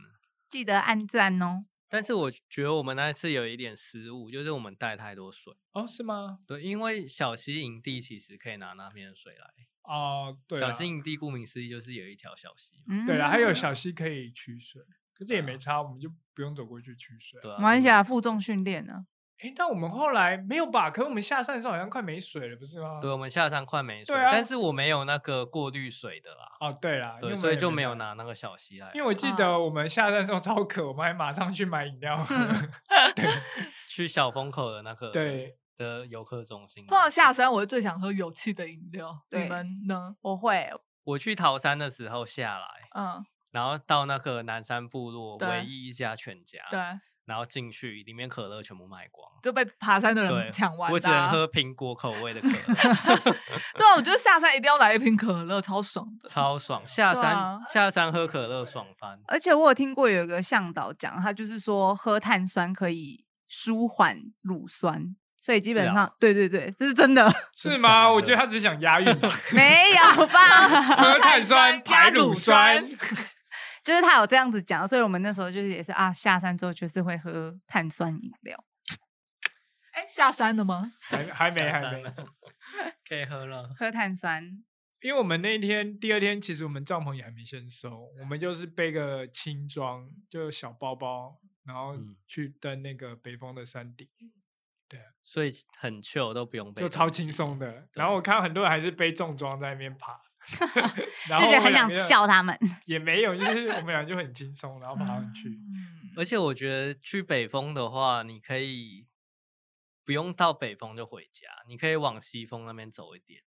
S3: 记得按赞哦。
S4: 但是我觉得我们那一次有一点失误，就是我们带太多水。
S2: 哦，是吗？
S4: 对，因为小溪营地其实可以拿那边的水来。
S2: 哦，对
S4: 小
S2: 啦
S4: 溪营地顾名思义就是有一条小溪嘛。
S3: 嗯，
S2: 对了，还有小溪可以取水，可是也没差，我们就不用走过去取水。
S4: 嗯对啊，
S3: 没关系
S4: 就是
S3: 啊，负重训练呢。
S2: 哎，但我们后来没有吧？可是我们下山的时候好像快没水了，不是吗？
S4: 对，我们下山快没水，
S2: 对啊
S4: 但是我没有那个过滤水的啦，
S2: 哦，对啦，因为
S4: 对，
S2: 我
S4: 所以
S2: 们
S4: 就没有
S2: 带。
S4: 拿那个小溪来喝。
S2: 因为我
S1: 哦
S2: 记得我们下山的时候超渴，我们还马上去买饮料 喝。
S4: 去小风口的那个
S2: 对，
S4: 的游客中心，啊
S1: 通常下山，我最想喝有气的饮料，你
S3: 对
S1: 们呢？
S3: 我会，
S4: 我去桃山的时候下来，
S1: 嗯，
S4: 然后到那个南山部落
S1: 对
S4: 唯一一家全家，
S1: 对，，
S4: 然后进去里面可乐全部卖光，
S1: 就被爬山的
S4: 对
S1: 人抢完
S4: 我只能
S1: 啦
S4: 喝苹果口味的可乐，
S1: 对啊，我觉得下山一定要来一瓶可乐，超爽的。
S4: 超爽。下
S1: 对
S4: 山、
S1: 啊
S4: 下山喝可乐爽翻，
S2: 呃
S3: 而且我有听过有一个向导讲，他就是说喝碳酸可以舒缓乳酸，所以基本
S4: 是啊
S3: 上、对对对，这是真的，
S2: 是
S4: 是
S2: 吗？
S4: 假
S2: 我
S4: 的
S2: 觉得他只是想押韵吧，
S3: 没有吧？
S2: 喝碳酸 排乳酸。
S3: 就是他有这样子讲，所以我们那时候就是也是啊，下山之后就是会喝碳酸饮料，
S1: 哎，下山了吗？
S2: 还还没
S4: 下
S2: 还
S4: 山
S2: 没
S4: 了， 可以喝了。
S3: 喝碳 酸，
S2: 因为我们那一天第二天，其实我们帐篷也还没先收，我们就是背个轻装，就小包包，然后
S4: 嗯
S2: 去登那个北峰的山顶，
S4: 所以很 chill 都不用背
S2: 就
S4: 东
S2: 超
S4: 西
S2: 轻松的。然后我看很多人还是背重装在那边 爬，然后
S3: 就觉得
S2: 我两
S3: 很想
S2: 个人
S3: 笑他们。
S2: 也没有，就是我们俩就很轻松，然后爬上去。
S1: 嗯
S4: 而且我觉得去北峰的话，你可以不用到北峰就回家，你可以往西峰那边走一点，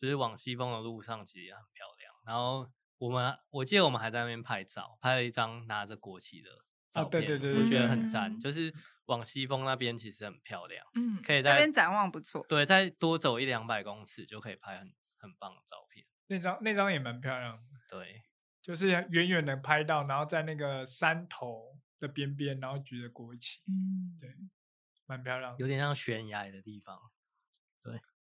S4: 就是往西峰的路上其实也很漂亮。然后我们我记得我们还在那边拍照，拍了一张拿着国旗的照
S2: 啊对
S4: 片，
S2: 对对
S4: 我
S1: 对
S4: 觉
S1: 对
S4: 得很赞。
S1: 嗯
S4: 就是往西峰那边其实很漂亮，
S1: 嗯，
S4: 可以
S3: 那
S4: 再
S3: 边展望不错，
S4: 对再多走一两百公尺就可以拍很很棒的照片。
S2: 那张那张也蛮漂亮的，
S4: 对，
S2: 就是远远的拍到，然后在那个山头的边边，然后举着国旗，
S1: 嗯
S2: 对蛮漂亮的
S4: 有。点像悬崖的地方，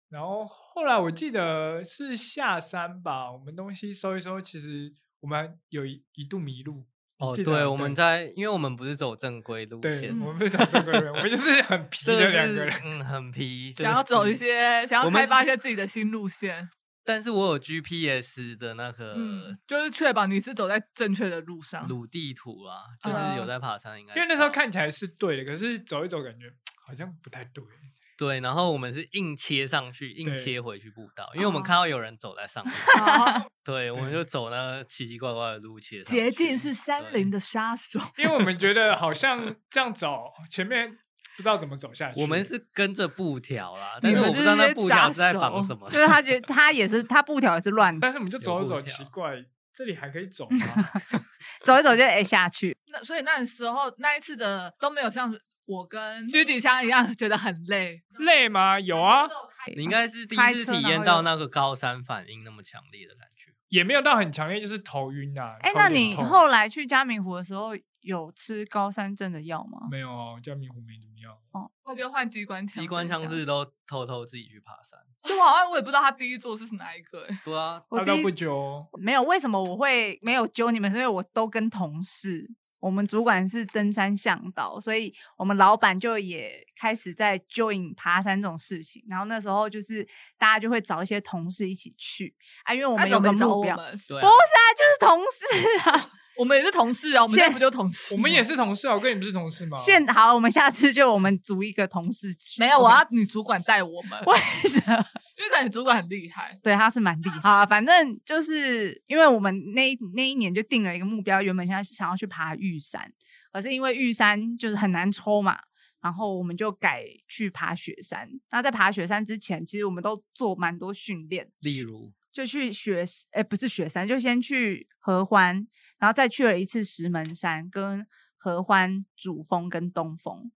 S2: 然后后来我记得是下山吧，我们东西收一收，其实我们有一一度迷路。你
S4: 哦，
S2: 记得吗
S4: 对，我们在，因为我们不是走正规路
S2: 对，
S4: 线
S2: 我
S1: 嗯，
S2: 们不是想这个人，我们就是 很皮
S4: 这
S2: 的
S4: 个
S2: 两
S4: 是
S2: 个人。
S4: 嗯，很皮，这
S1: 想
S4: 个
S1: 要走一
S4: 皮。
S1: 些，想
S4: 我
S1: 要
S4: 们
S1: 开发一
S4: 是
S1: 些自己的新路线，
S4: 但是我有 GPS 的那个
S1: 嗯，就是确保你是走在正确的路上。
S4: 鲁地图啊，就是有
S1: 啊
S4: 在爬山，应该
S2: 因为那时候
S4: 知道
S2: 看起来是对的，可是走一走感觉好像不太对。
S4: 对，然后我们是硬切上去，硬
S2: 对
S4: 切回去步道，因为我们
S1: 哦
S4: 看到有人走在上面，
S1: 好
S4: 对，我们
S2: 对
S4: 就走那个奇奇怪怪的路切上去。
S1: 捷径是山林
S4: 对
S1: 的杀手，
S2: 因为我们觉得好像这样走前面不知道怎么走下去。
S4: 我们是跟着布条啦，
S1: 你
S4: 但是
S1: 们
S4: 我不
S1: 这
S4: 知道那
S1: 些
S4: 布
S1: 杂
S4: 条是在
S1: 手
S4: 绑 什么。
S3: 就是他觉得他也是他布条也 是乱的，
S2: 但是我们就走一走，
S4: 有布条
S2: 奇怪，这里还可以走吗？
S3: 走一走就哎、下去，
S1: 那所以那时候那一次的都没有像我跟鞠锦香一样觉得很累，
S2: 累吗？有 啊，
S4: 你应该是第
S3: 开
S4: 一次
S3: 车
S4: 体
S3: 然
S4: 验
S3: 后
S4: 到
S3: 又
S4: 那个高山反应那么强烈的感觉。
S2: 也没有到很强烈，就是头晕啊。
S3: 哎、
S2: 头
S3: 那
S2: 有点
S3: 你
S2: 痛
S3: 后来去嘉明湖的时候有吃高山症的药
S1: 嗯
S3: 吗？
S2: 没有哦？叫迷糊没怎么样。
S1: 我就换机关枪。
S4: 机关枪是都偷偷自己去爬山。
S1: 其实我好像我也不知道他第一座是哪一个、欸，
S4: 对啊，
S3: 我
S2: 大
S3: 第
S2: 概
S3: 一
S2: 不久哦，
S3: 没有，为什么我会没有揪你们？是因为我都跟同事，我们主管是登山向导，所以我们老板就也开始在揪引爬山这种事情。然后那时候就是大家就会找一些同事一起去啊，因为我
S1: 我
S3: 们有个目标，
S1: 我们
S4: 对
S3: 不是
S4: 啊
S3: 啊，就是同事啊。
S1: 我们也是同事啊，我们
S3: 现
S1: 现在不就同事
S2: 我
S1: 吗？
S2: 们也是同事啊，我跟你不是同事吗？
S3: 现好，我们下次就我们组一个同事去。
S1: 哦没有，我
S3: OK
S1: 要你主管带我们，
S3: 为什么？
S1: 因为感觉主管很厉害。
S3: 对，他是蛮厉害。好啦反正就是因为我们那一那一年就定了一个目标，原本现在是想要去爬玉山，可是因为玉山就是很难抽嘛，然后我们就改去爬雪山。那在爬雪山之前，其实我们都做蛮多训练，
S4: 例如
S3: 就去雪，哎、不是雪山，就先去合欢，然后再去了一次石门山跟合欢主峰跟东峰，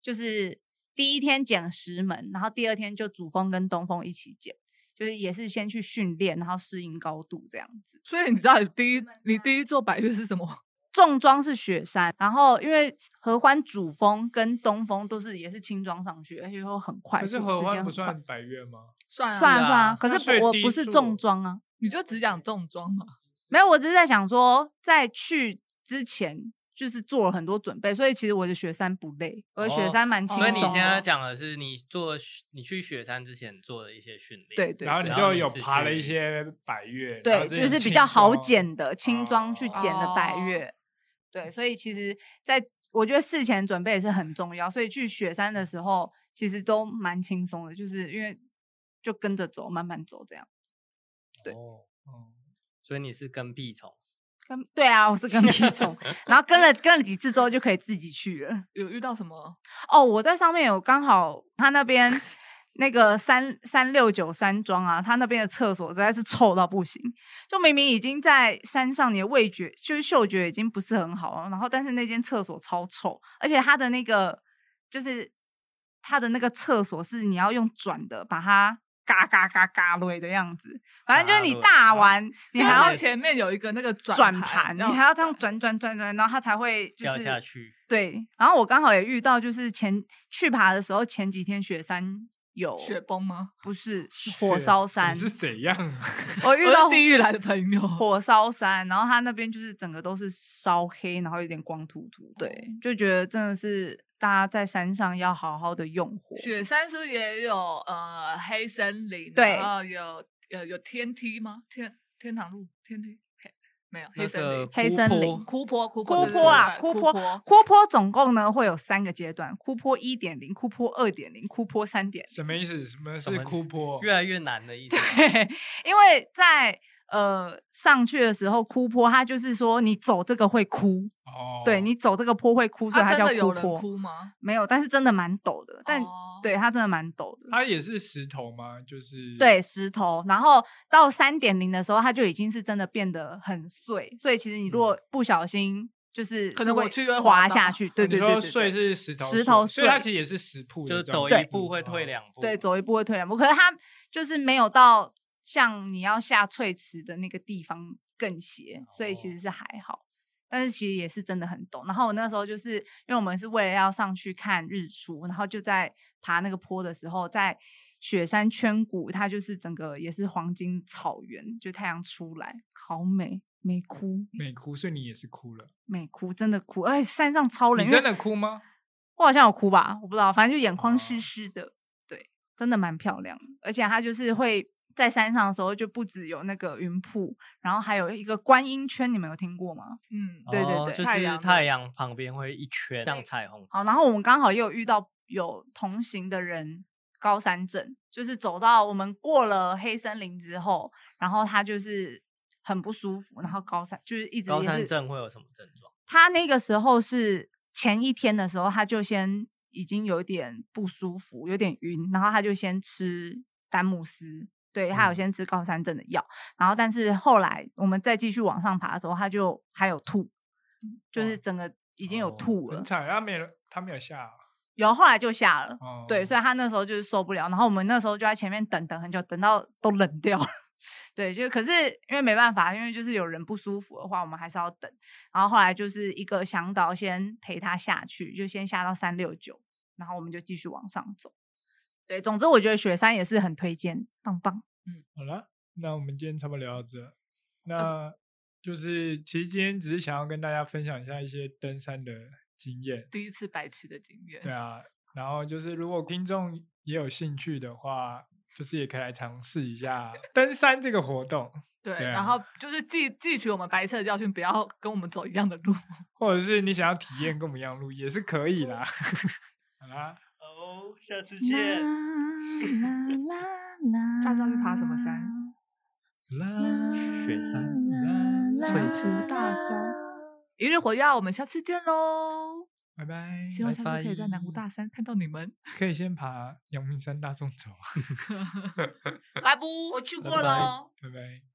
S3: 就是第一天捡石门，然后第二天就主峰跟东峰一起捡，就是也是先去训练，然后适应高度这样子。
S1: 所以你到底第一，你第一座百越是什么？
S3: 重装是雪山，然后因为合欢主峰跟东峰都是也是轻装上去，而且又很快
S2: 可
S3: 速，
S2: 是合
S3: 时间
S2: 欢不
S3: 很快
S2: 算百越吗？
S1: 算
S3: 算
S1: 算
S3: 啊算啊，可
S2: 那所以
S3: 是我
S2: 第一
S3: 不是
S2: 座
S3: 重装啊。
S1: 你就只讲重装嘛。
S3: 没有，我只是在想说，在去之前就是做了很多准备，所以其实我的雪山不累，我的雪
S4: 哦
S3: 山蛮轻松
S4: 所
S3: 的。
S4: 以你现在
S1: 哦
S4: 讲的是你做你去雪山之前做的一些训练，
S3: 对对
S2: 然后你
S4: 然后
S2: 就
S4: 你
S2: 有
S4: 是
S2: 爬了
S4: 去
S2: 一些百越，然后这
S3: 对，就是
S2: 些
S3: 比较好
S2: 轻装
S3: 捡的轻装去捡的百
S4: 哦
S3: 越。对，所以其实在我觉得事前准备也是很重要，所以去雪山的时候其实都蛮轻松的，就是因为就跟着走，慢慢走这样。对
S4: 哦
S2: 嗯
S4: 所以你是跟屁虫，
S3: 跟对啊，我是跟屁 虫，然后跟了跟了几次之后就可以自己去了。
S1: 有遇到什么？
S3: 哦，我在上面有刚好他那边那个三三六九山庄啊，他那边的厕所实在是臭到不行。就明明已经在山上，你的味觉就是嗅觉已经不是很好了，然后但是那间厕所超臭，而且它的那个就是它的那个厕所是你要用转的把它。嘎嘎嘎嘎类的样子，反正就是你
S4: 嘎
S3: 大
S4: 类
S3: 完，你
S1: 就
S3: 还
S1: 是
S3: 要
S1: 它前面有一个那个转
S3: 转
S1: 盘
S3: 盘，你还要这样转转转转，然后它才会就
S4: 掉
S3: 是
S4: 下去，
S3: 对，然后我刚好也遇到，就是前去爬的时候，前几天雪山有
S1: 雪崩吗？
S3: 不是是火
S2: 是
S3: 烧
S2: 你
S3: 山，
S2: 是怎样啊？
S3: 我
S1: 我
S3: 遇
S1: 是
S3: 到
S1: 地狱来的朋友，
S3: 火烧山，然后它那边就是整个都是烧黑，然后有点光秃秃，
S1: 哦
S3: 对，就觉得真的是大家在山上要好好的用火，
S1: 雪山是不是也有呃黑森林？
S3: 对
S1: 然后有有有天梯吗？天天堂路天梯嘿没有黑
S4: 那
S1: 森
S4: 个
S1: 林。
S3: 黑
S4: 枯
S3: 森
S4: 坡
S3: 林
S1: 枯坡，枯坡，
S3: 枯
S1: 对
S3: 坡啊，
S1: 对
S3: 枯
S1: 枯
S3: 坡，
S1: 坡
S3: 枯坡总共呢会有三个阶段：枯坡一点零、枯坡二点零、枯坡三点
S2: 什么意思？什么
S4: 什
S2: 是
S4: 么
S2: 哭坡？
S4: 越来越难的意思啊。
S3: 对， 因为在呃上去的时候，哭坡它就是说你走这个会哭，
S2: 哦，
S3: 对你走这个坡会哭，所以
S1: 啊
S3: 它
S1: 真
S3: 叫
S1: 的有
S3: 哭
S1: 人
S3: 坡。
S1: 哭吗？
S3: 没有，但是真的蛮陡的，但、
S1: 哦
S3: 对它真的蛮陡的。
S2: 它也是石头吗？就是
S3: 对，石头，然后到三点零的时候，它就已经是真的变得很碎，所以其实你如果不小心，就是
S1: 嗯可
S3: 是
S1: 能我
S3: 会
S1: 去就会滑啊
S3: 滑
S1: 到
S3: 下去。对
S2: 哦你
S3: 对
S2: 说
S3: 对对
S2: 碎
S3: 对，
S2: 是石头
S3: 石头
S2: 所以它
S3: 碎
S2: 其实也是石铺
S4: 就
S2: 的
S4: 是
S2: 状
S4: 走
S2: 态，
S4: 一步会退
S2: 哦。
S4: 两步，
S3: 对，走一步会退两步，可是它就是没有到像你要下翠池的那个地方更斜，所以其
S4: 哦
S3: 实是还好。但是其实也是真的很陡。然后我那时候就是因为我们是为了要上去看日出，然后就在爬那个坡的时候，在雪山圈谷，它就是整个也是黄金草原，就太阳出来，好美，美哭
S2: 没哭，所以你也是哭了。
S3: 美哭，真的哭，而且山上超冷，
S2: 你
S3: 因为
S2: 真的哭吗？
S3: 我好像有哭吧，我不知道，反正就眼眶湿
S2: 哦
S3: 湿的。对，真的蛮漂亮的，而且它就是会在山上的时候，就不只有那个云瀑，然后还有一个观音圈，你们有听过吗？
S1: 嗯，
S3: 对对
S4: 哦
S3: 对
S4: 就
S1: 太阳
S4: 是
S1: 的
S4: 太阳旁边会一圈像彩虹，
S3: 好，然后我们刚好也有遇到有同行的人高山症，就是走到我们过了黑森林之后，然后他就是很不舒服，然后高山就是一直
S4: 高
S3: 也
S4: 山
S3: 是
S4: 症会有什么症状？
S3: 他那个时候是前一天的时候，他就先已经有一点不舒服，有点晕，然后他就先吃丹木斯，对他有
S4: 嗯
S3: 先吃高山症的药，然后但是后来我们再继续往上爬的时候，他就还有吐，就是
S2: 嗯哇
S3: 整个已经有
S4: 哦
S3: 吐了，
S2: 很惨，他没有他没有下啊，
S3: 有后来就下了。
S2: 哦
S3: 对，所以他那时候就是受不了，然后我们那时候就在前面等等很久，等到都冷掉了。 对，就可是因为没办法，因为就是有人不舒服的话，我们还是要等。然后后来就是一个向导先陪他下去，就先下到三六九，然后我们就继续往上走。对，总之我觉得雪山也是很推荐，棒棒。
S2: 好了，那我们今天差不多聊到这。那就是其实今天只是想要跟大家分享一下一些登山的经验，
S1: 第一次白痴的经验。
S2: 对，啊。然后就是如果听众也有兴趣的话，就是也可以来尝试一下登山这个活动，
S1: 对，
S2: 对啊
S1: 然后就是汲汲取我们白痴的教训，不要跟我们走一样的路。
S2: 或者是你想要体验跟我们一样路也是可以啦。好啦，
S4: 哦，下次
S3: 啦啦
S1: 下次要去爬什么山
S4: 雪山
S2: 啦
S4: 翠池
S1: 大山。一日火药，我们下次见喽！
S2: 拜嗯拜。
S1: 希望下次
S4: 拜
S1: 可以在南湖
S4: 拜
S1: 大山看到你们，
S2: 可以先爬阳明山大众走啊，
S1: 来不？
S3: 去
S4: 过拜拜喽。
S2: 拜拜。